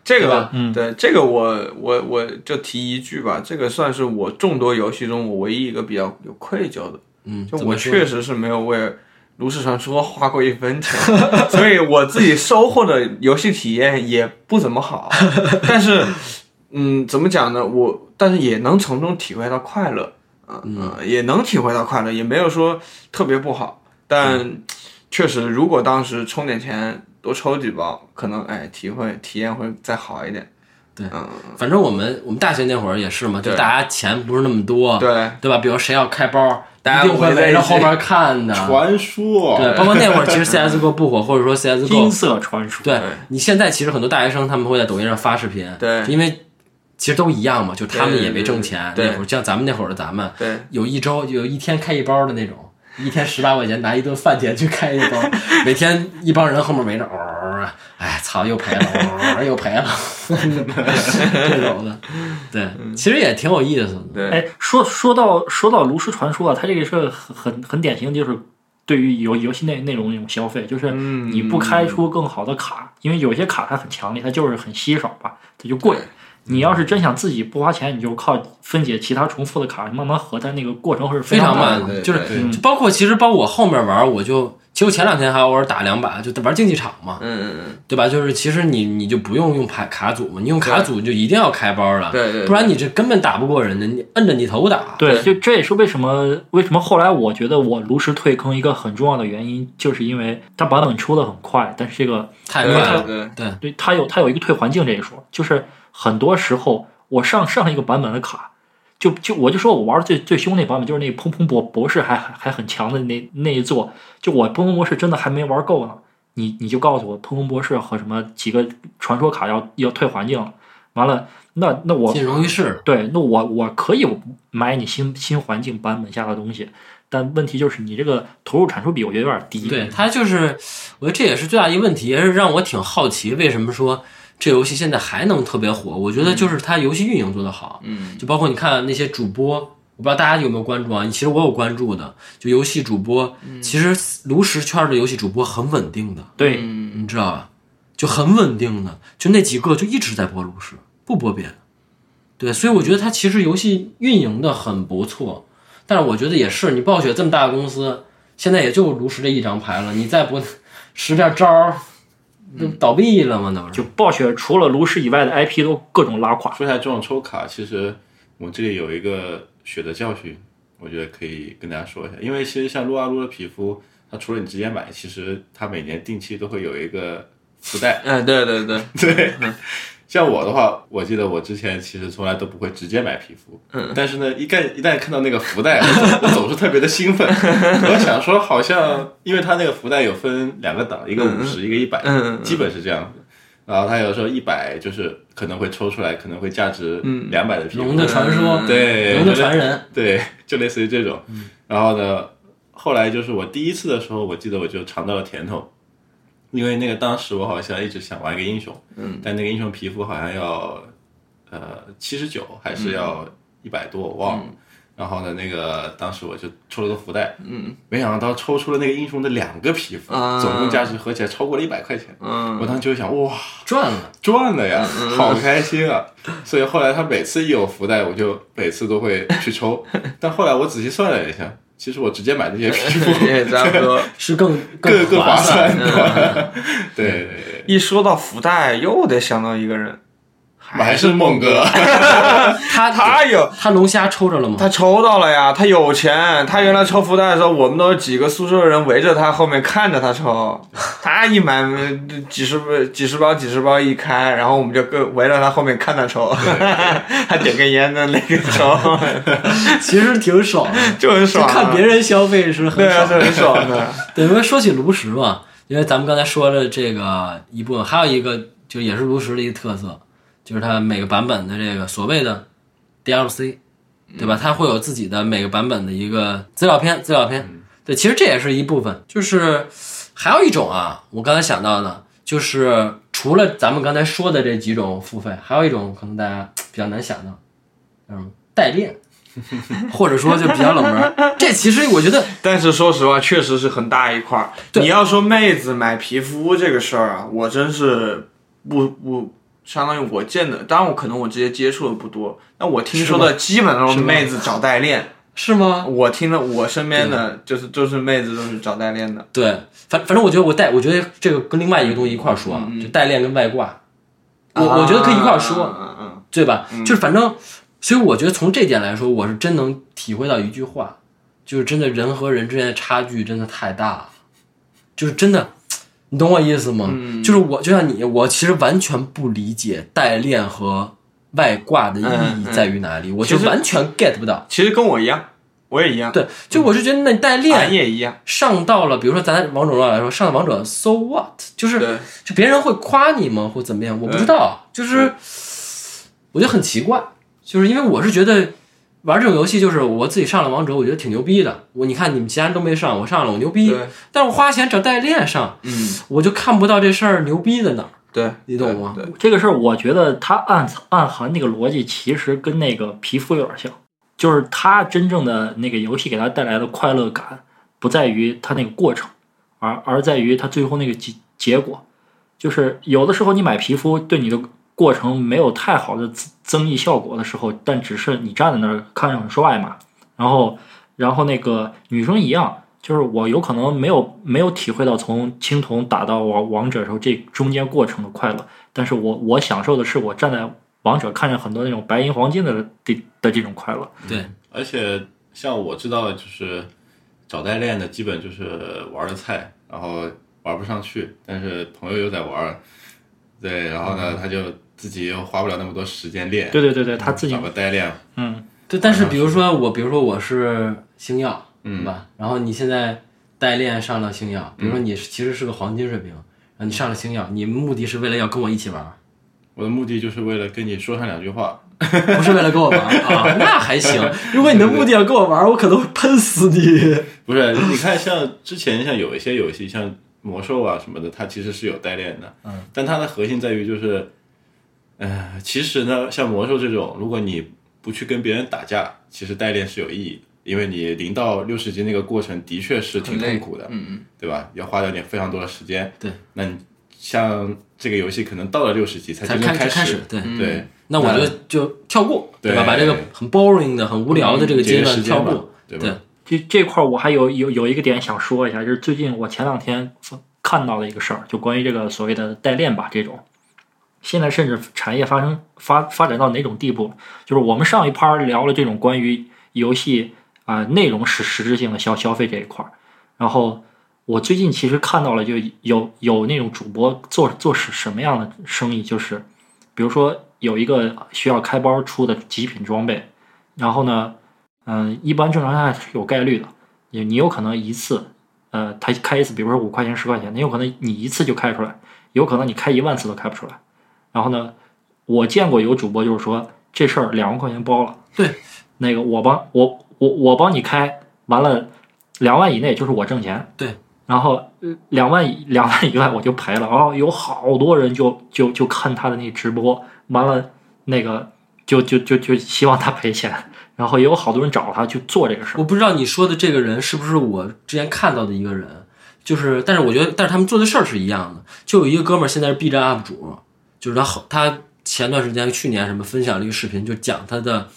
Speaker 3: 这
Speaker 1: 对
Speaker 3: 个
Speaker 1: 吧，
Speaker 4: 嗯
Speaker 3: 对这个我我我就提一句吧，这个算是我众多游戏中我唯一一个比较有愧疚的，
Speaker 1: 嗯，
Speaker 3: 就
Speaker 1: 怎
Speaker 3: 我
Speaker 1: 么说
Speaker 3: 确实是没有为《炉石传说》花过一分钱， 所以我自己收获的游戏体验也不怎么好， 但是，嗯，怎么讲呢？我但是也能从中体会到快乐，嗯嗯，也能体会到快乐，也没有说特别不好，
Speaker 1: 嗯
Speaker 3: 但确实如果当时充点钱多抽几包，可能哎体会体验会再好一点。
Speaker 1: 对
Speaker 3: 嗯，
Speaker 1: 反正我们我们大学那会儿也是嘛，就
Speaker 3: 对
Speaker 1: 大家钱不是那么多，
Speaker 3: 对
Speaker 1: 对吧？比如谁要开包，
Speaker 3: 大家
Speaker 1: 一定会
Speaker 3: 围在
Speaker 1: 围
Speaker 3: 一
Speaker 1: 着
Speaker 3: 起
Speaker 1: 后面看的。
Speaker 2: 传说，
Speaker 1: 对，包括那会儿其实 CSGO 不火，或者说 CSGO
Speaker 4: 金色传说，
Speaker 1: 对
Speaker 3: 对
Speaker 1: 你现在其实很多大学生他们会在抖音上发视频，
Speaker 3: 对
Speaker 1: 就因为其实都一样嘛，就他们
Speaker 3: 对
Speaker 1: 也没挣钱，
Speaker 3: 对
Speaker 1: 那会儿像咱们那会儿的咱们，
Speaker 3: 对，
Speaker 1: 有一周有一天开一包的那种，一天十八块钱拿一顿饭钱去开一包，每天一帮人后面围着，哦，哎操，又赔了，哦，又赔了，这种的，对，其实也挺有意思的，
Speaker 3: 对
Speaker 4: 哎，说说到说到炉石传说啊，它这个是很很很典型，就是对于游游戏内内容那种消费，就是
Speaker 3: 嗯
Speaker 4: 你不开出更好的卡，因为有些卡它很强力，它就是很稀少吧，它就贵
Speaker 3: 对。
Speaker 4: 你要是真想自己不花钱，你就靠分解其他重复的卡，慢慢合，但那个过程会是
Speaker 1: 非常
Speaker 4: 常慢的。
Speaker 1: 慢
Speaker 3: 对，
Speaker 1: 就是
Speaker 2: 对
Speaker 1: 就包括其实包括我后面玩，我就其实我前两天还偶尔打两把，就玩竞技场嘛，
Speaker 3: 嗯嗯嗯，
Speaker 1: 对吧？就是其实你你就不用用牌卡组嘛，你用卡组就一定要开包了，
Speaker 3: 对对对
Speaker 1: 不然你这根本打不过人家，你摁着你头打，
Speaker 4: 对，就这也是为什么为什么后来我觉得我炉石退坑一个很重要的原因，就是因为它版本出的很快，但是这个
Speaker 1: 太
Speaker 3: 对
Speaker 1: 快了，
Speaker 3: 对
Speaker 1: 对
Speaker 4: 对它有它有一个退环境这一说，就是很多时候我上上一个版本的卡，就就我就说我玩的最最凶那版本就是那个砰砰博博士还还还很强的那那一座，就我砰砰博士真的还没玩够呢，你你就告诉我砰砰博士和什么几个传说卡要要退环境了，完了那那我
Speaker 1: 进荣誉室，
Speaker 4: 对，那我我可以买你新新环境版本下的东西，但问题就是你这个投入产出比我觉得有点低。
Speaker 1: 对，他就是，我觉得这也是最大一个问题，也是让我挺好奇，为什么说这游戏现在还能特别火？我觉得就是它游戏运营做得好，
Speaker 3: 嗯，
Speaker 1: 就包括你看那些主播，我不知道大家有没有关注啊？其实我有关注的，就游戏主播，其实炉石圈的游戏主播很稳定的，
Speaker 4: 对
Speaker 3: 嗯
Speaker 1: 你知道吧？就很稳定的，就那几个就一直在播炉石，不播别的。对，所以我觉得它其实游戏运营的很不错，但是我觉得也是，你暴雪这么大的公司，现在也就炉石这一张牌了，你再不使点招儿，不倒闭了吗？那不是
Speaker 4: 就暴雪除了炉石以外的 IP 都各种拉垮。
Speaker 2: 说起来这种抽卡，其实我们这里有一个血的教训，我觉得可以跟大家说一下。因为其实像撸啊撸的皮肤，它除了你直接买，其实它每年定期都会有一个福袋。
Speaker 3: 哎，对对对，
Speaker 2: 对，像我的话，我记得我之前其实从来都不会直接买皮肤，嗯，但是呢，一旦一旦看到那个福袋，我总我总是特别的兴奋。我想说，好像因为它那个福袋有分两个档，一个五十、一个一百、
Speaker 3: 嗯嗯嗯
Speaker 2: 基本是这样子。然后它有时候一百就是可能会抽出来，可能会价值
Speaker 3: 嗯
Speaker 2: 两百的皮肤，
Speaker 1: 龙的传说，
Speaker 2: 嗯对，
Speaker 1: 龙的
Speaker 2: 就类
Speaker 1: 传人，
Speaker 2: 对，就类似于这种。然后呢，后来就是我第一次的时候，我记得我就尝到了甜头，因为那个当时我好像一直想玩一个英雄，嗯，但那个英雄皮肤好像要呃七十九还是要一百多，我忘了。然后呢，那个当时我就抽了个福袋，嗯，没想到抽出了那个英雄的两个皮肤，
Speaker 3: 啊
Speaker 2: 总共价值合起来超过了一百块钱。
Speaker 3: 嗯
Speaker 2: 我当时就想，哇，
Speaker 1: 赚了，
Speaker 2: 赚了呀，好开心啊！所以后来他每次一有福袋，我就每次都会去抽。但后来我仔细算了一下，其实我直接买那些 皮肤
Speaker 3: 也差不多。
Speaker 1: 是更
Speaker 2: 更更
Speaker 1: 划
Speaker 2: 划
Speaker 1: 算。
Speaker 2: 算的。对对 对，
Speaker 3: 一说到福袋，又得想到一个人，
Speaker 2: 还是猛哥，
Speaker 1: 他
Speaker 3: 他有
Speaker 1: 他龙虾抽着了吗？
Speaker 3: 他抽到了呀，他有钱。他原来抽福袋的时候，我们都是几个宿舍人围着他后面看着他抽，他一买几十几十包几十包一开，然后我们就跟围着他后面看他抽， 还点根烟的那个抽，
Speaker 1: 其实挺爽的，
Speaker 3: 就很爽、啊。
Speaker 1: 看别人消费是很
Speaker 3: 对啊，
Speaker 1: 爽
Speaker 3: 是很爽的。
Speaker 1: 对，因为说起炉石嘛，因为咱们刚才说了这个一部分，还有一个就也是炉石的一个特色，就是它每个版本的这个所谓的 DLC，对吧？它会有自己的每个版本的一个资料片，资料片。对，其实这也是一部分。就是还有一种啊，我刚才想到的，就是除了咱们刚才说的这几种付费，还有一种可能大家比较难想到，嗯，代练，或者说就比较冷门儿。这其实我觉得
Speaker 3: 但是说实话，确实是很大一块儿。你要说妹子买皮肤这个事儿啊，我真是不不，相当于我见的，当然我可能我直接接触的不多，但我听说的基本上都是妹子找 代练。
Speaker 1: 是吗？
Speaker 3: 我听了我身边的就是就是妹子都是找代练的，
Speaker 1: 对，反反正我觉得我代，我觉得这个跟另外一个东西一块儿说，啊，就代练跟外挂，我我觉得可以一块儿说。
Speaker 3: 嗯啊嗯
Speaker 1: 对吧？就是反正，所以我觉得从这点来说，我是真能体会到一句话，就是真的人和人之间的差距真的太大了，就是真的，你懂我意思吗？
Speaker 3: 嗯
Speaker 1: 就是我就像你，我其实完全不理解代练和外挂的意义在于哪里，我就
Speaker 3: 嗯其实
Speaker 1: 完全 get 不到
Speaker 3: 嗯。其实跟我一样，我也一样，
Speaker 1: 对，就我是觉得那代
Speaker 3: 俺
Speaker 1: 练
Speaker 3: 也一样，
Speaker 1: 上到了，比如说咱王者荣耀来说，上了王者，so what？就是
Speaker 3: 对，
Speaker 1: 就别人会夸你吗，或怎么样？我不知道，就是我觉得很奇怪，就是因为我是觉得玩这种游戏，就是我自己上了王者，我觉得挺牛逼的。我你看你们其他人都没上，我上了，我牛逼
Speaker 3: 对。
Speaker 1: 但是我花钱找代练上，
Speaker 3: 嗯，
Speaker 1: 我就看不到这事儿牛逼在哪儿。
Speaker 3: 对，
Speaker 1: 你懂吗
Speaker 3: 对对
Speaker 4: 这个事儿，我觉得它暗暗含那个逻辑，其实跟那个皮肤有点像，就是它真正的那个游戏给它带来的快乐感，不在于它那个过程，而而在于它最后那个结结果。就是有的时候你买皮肤对你的过程没有太好的增增益效果的时候，但只是你站在那儿看着很帅嘛，然后然后那个女生一样，就是我有可能没有没有体会到从青铜打到王王者的时候这中间过程的快乐，但是我我享受的是我站在王者看着很多那种白银黄金的的的这种快乐，
Speaker 1: 对，
Speaker 2: 而且像我知道，就是找代练的，基本就是玩的菜，然后玩不上去，但是朋友又在玩儿，对，然后呢，他就自己又花不了那么多时间练，
Speaker 4: 对对对对，他自己
Speaker 2: 找个代练，
Speaker 4: 嗯，
Speaker 1: 对。但是比如说我，比如说我是星耀，
Speaker 2: 嗯
Speaker 1: 对吧？然后你现在代练上了星耀，比如说你是其实是个黄金水平，然后你上了星耀，你目的是为了要跟我一起玩儿。
Speaker 2: 我的目的就是为了跟你说上两句话，
Speaker 1: 不是为了跟我玩啊， 那还行。如果你的目的要跟我玩，我可能会喷死你。
Speaker 2: 不是，你看像之前像有一些游戏，像魔兽啊什么的，它其实是有代练的，嗯，但它的核心在于就是，呃，其实呢，像魔兽这种，如果你不去跟别人打架，其实代练是有意义的，因为你零到六十级那个过程的确是挺痛苦的，
Speaker 3: 嗯嗯，
Speaker 2: 对吧？要花掉你非常多的时间，
Speaker 1: 对，
Speaker 2: 那你像这个游戏可能到了六十级才
Speaker 1: 才
Speaker 2: 真正
Speaker 1: 开
Speaker 2: 始，
Speaker 1: 始，对。
Speaker 3: 嗯
Speaker 2: 对，
Speaker 1: 那我就就跳过，
Speaker 2: 对
Speaker 1: 吧？把这个很 boring 的、很无聊的这个阶
Speaker 2: 节约
Speaker 1: 段
Speaker 2: 时
Speaker 1: 跳
Speaker 2: 间嘛
Speaker 1: 过。，
Speaker 2: 对
Speaker 1: 对
Speaker 2: 吧？
Speaker 4: 这这块儿我还有有有一个点想说一下，就是最近我前两天看到的一个事儿，就关于这个所谓的代练吧这种。现在甚至产业发生发发展到哪种地步，就是我们上一趴聊了这种关于游戏啊、内容实实质性的消消费这一块儿，然后我最近其实看到了，就有有那种主播做做什什么样的生意，就是比如说有一个需要开包出的极品装备，然后呢，嗯，一般正常下是有概率的，你你有可能一次，呃，他开一次，比如说五块钱、十块钱，你有可能你一次就开出来，有可能你开一万次都开不出来。然后呢，我见过有主播就是说这事儿两万块钱包了，
Speaker 1: 对，
Speaker 4: 那个我帮我我我帮你开，完了两万以内就是我挣钱，
Speaker 1: 对，
Speaker 4: 然后呃两万以两万以外我就赔了，然后有好多人就就就看他的那直播，完了那个就就就就希望他赔钱。然后也有好多人找他去做这个事儿。
Speaker 1: 我不知道你说的这个人是不是我之前看到的一个人，就是，但是我觉得，但是他们做的事儿是一样的。就有一个哥们儿现在是 B 站 UP 主，就是他后他前段时间去年什么分享了一个视频，就讲他的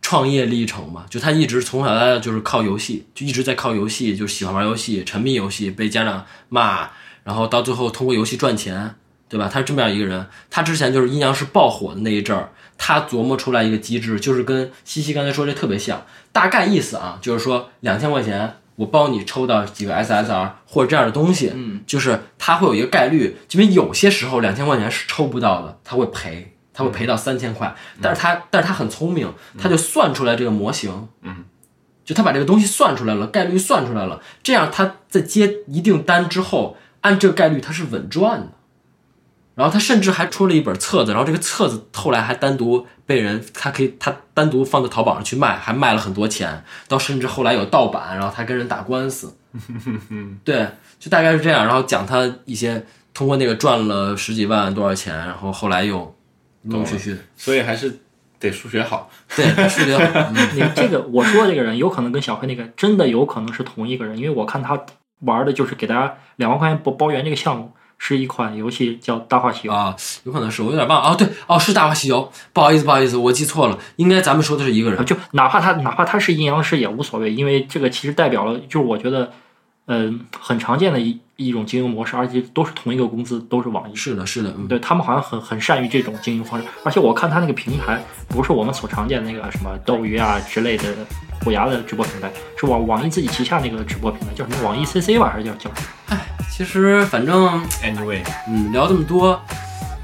Speaker 1: 创业历程嘛，就他一直从小到大就是靠游戏，就一直在靠游戏，就喜欢玩游戏，沉迷游戏，被家长骂，然后到最后通过游戏赚钱，对吧？他是这么样一个人。他之前就是阴阳师爆火的那一阵儿，他琢磨出来一个机制，就是跟西西刚才说这特别像，大概意思啊，就是说两千块钱。我帮你抽到几个 SSR 或者这样的东西，嗯，就是它会有一个概率，因为有些时候两千块钱是抽不到的，他会赔，他会赔到三千块，但是他但是他很聪明，他就算出来这个模型，就他把这个东西算出来了，概率算出来了，这样他在接一定单之后，按这个概率他是稳赚的。然后他甚至还出了一本册子，然后这个册子后来还单独被人，他可以他单独放在淘宝上去卖，还卖了很多钱，到甚至后来有盗版，然后他跟人打官司，对，就大概是这样。然后讲他一些通过那个赚了十几万多少钱，然后后来又陆陆续续
Speaker 2: 所以还是得数学好。
Speaker 1: 对数学好，嗯
Speaker 4: 你这个我说的这个人，有可能跟小黑那个真的有可能是同一个人，因为我看他玩的就是给大家两万块钱包包圆这个项目，是一款游戏叫《大话西游》。
Speaker 1: 啊，有可能是我有点忘了啊，对哦是《大话西游》，不好意思不好意思，我记错了，应该咱们说的是一个人。
Speaker 4: 就哪怕他哪怕他是阴阳师也无所谓，因为这个其实代表了，就是我觉得，嗯、很常见的一一种经营模式，而且都是同一个公司，都是网易。
Speaker 1: 是的，是的，嗯，
Speaker 4: 对他们好像很很善于这种经营方式，而且我看他那个平台不是我们所常见的那个什么斗鱼啊之类的虎牙的直播平台，是网网易自己旗下那个直播平台，叫什么网易 CC 吧，还是叫叫什么？
Speaker 1: 其实反正
Speaker 2: Anyway，
Speaker 1: 嗯，聊这么多，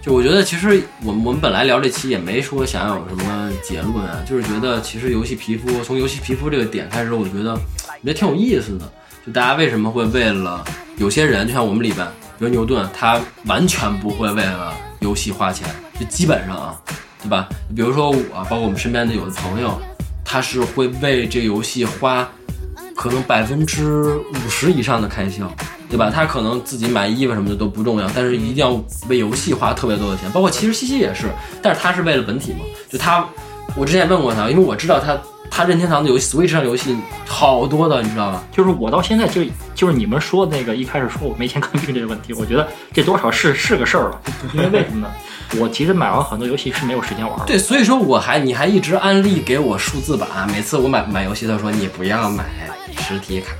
Speaker 1: 就我觉得其实我们我们本来聊这期也没说想有什么结论啊，就是觉得其实游戏皮肤从游戏皮肤这个点开始，我觉得也挺有意思的。就大家为什么会为了有些人，就像我们里边，比如牛顿，他完全不会为了游戏花钱，就基本上啊，对吧？比如说我，包括我们身边的有的朋友，他是会为这游戏花可能百分之五十以上的开销，对吧？他可能自己买衣服什么的都不重要，但是一定要为游戏花特别多的钱。包括其实西西也是，但是他是为了本体嘛，就他，我之前也问过他，因为我知道他他任天堂的游戏 Switch 上游戏好多的，你知道吧？
Speaker 4: 就是我到现在就就是你们说的那个一开始说我没钱看病这个问题，我觉得这多少是是个事儿了，因为为什么呢？我其实买完很多游戏是没有时间玩的。
Speaker 1: 对，所以说我还你还一直安利给我数字版，每次我买买游戏，他说你不要买实体卡，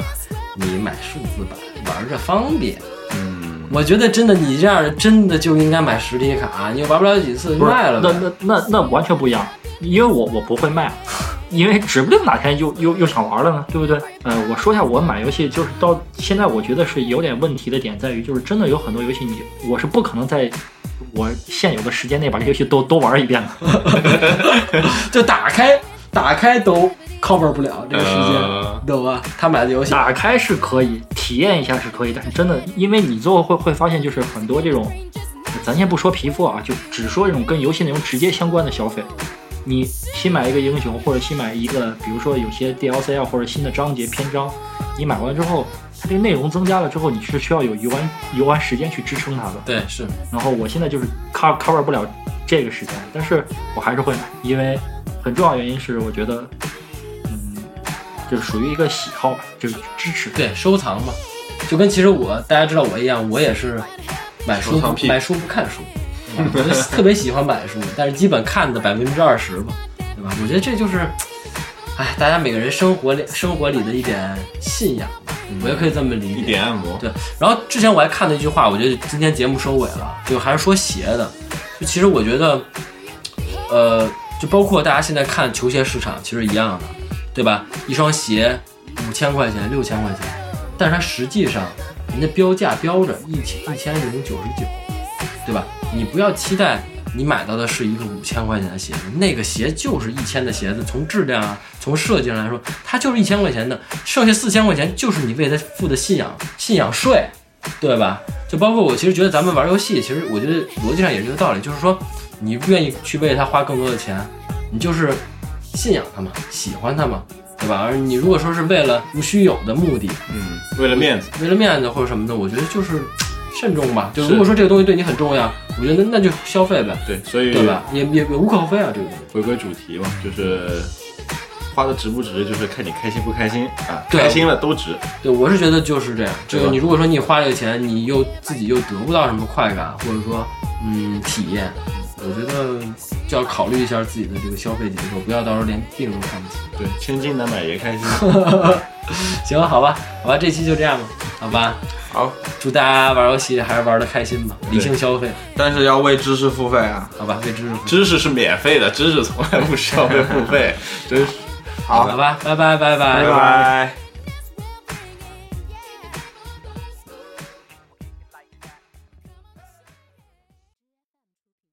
Speaker 1: 你买数字版玩着方便。
Speaker 2: 嗯，
Speaker 1: 我觉得真的你这样的真的就应该买实体卡，你玩不了几次就
Speaker 4: 不是
Speaker 1: 卖了
Speaker 4: 那
Speaker 1: 呗。
Speaker 4: 那那那完全不一样，因为我我不 会卖，因为指不定哪天又又又想玩了呢，对不对？呃，我说一下我买游戏，就是到现在我觉得是有点问题的点在于，就是真的有很多游戏你我是不可能在我现有的时间内把这游戏都都玩一遍的。
Speaker 1: 就打开打开都 cover 不了这个时
Speaker 2: 呃
Speaker 1: 间，懂吧？他买的游戏，
Speaker 4: 打开是可以体验一下是可以，但是真的因为你最后会会发现，就是很多这种，咱先不说皮肤啊，就只说这种跟游戏内容直接相关的消费。你新买一个英雄，或者新买一个，比如说有些 DLC 啊，或者新的章节篇章，你买完之后，它这个内容增加了之后，你是需要有游玩游玩时间去支撑它的。
Speaker 1: 对，是
Speaker 4: 然后我现在就是 cover cover 不了这个时间，但是我还是会买，因为很重要的原因是我觉得，嗯，就是属于一个喜好吧，就是支持。
Speaker 1: 对收藏嘛，就跟其实我大家知道我一样，我也是买书
Speaker 2: 收藏癖
Speaker 1: 买书不看书，对吧我就特别喜欢买书，但是基本看的百分之二十吧，对吧？我觉得这就是，哎，大家每个人生活里生活里的一点信仰吧，
Speaker 2: 嗯
Speaker 1: 我也可以这么理
Speaker 2: 一
Speaker 1: 解。
Speaker 2: 点按摩，
Speaker 1: 对，然后之前我还看了一句话，我觉得今天节目收尾了，就还是说鞋的。就其实我觉得，呃，就包括大家现在看球鞋市场，其实一样的，对吧？一双鞋五千块钱、六千块钱，但是它实际上人家标价标着一千一千零九十九，对吧？你不要期待你买到的是一个五千块钱的鞋子，那个鞋就是一千的鞋子，从质量啊，从设计上来说，它就是一千块钱的，剩下四千块钱就是你为它付的信仰信仰税，对吧？就包括我其实觉得咱们玩游戏，其实我觉得逻辑上也是这个道理，就是说你愿意去为它花更多的钱，你就是信仰它嘛，喜欢它嘛，对吧？而你如果说是为了无须有的目的，
Speaker 2: 嗯，为了面子，
Speaker 1: 为了面子或者什么的，我觉得就是慎重吧。就是如果说这个东西对你很重要，我觉得那就消费呗，
Speaker 2: 对，所以
Speaker 1: 对吧？也也也无可厚非啊，这个东西。
Speaker 2: 回归主题嘛，就是花的值不值，就是看你开心不开心啊，
Speaker 1: 对
Speaker 2: 开心了都值，
Speaker 1: 对，我是觉得就是这样。这
Speaker 2: 对
Speaker 1: 个
Speaker 2: 吧
Speaker 1: 你如果说你花这个钱，你又自己又得不到什么快感，或者说嗯体验，我觉得就要考虑一下自己的这个消费节奏，不要到时候连病都看不起。
Speaker 2: 对，千金难买爷开心。
Speaker 1: 行，好吧，好吧，这期就这样吧，好吧。
Speaker 3: 好，
Speaker 1: 祝大家玩游戏还是玩的开心吧，理性消费，
Speaker 3: 但是要为知识付费啊。
Speaker 1: 好吧，为知识付出。
Speaker 2: 知识是免费的，知识从来不需要被付费，真是。
Speaker 1: 好吧，拜拜拜拜
Speaker 3: 拜拜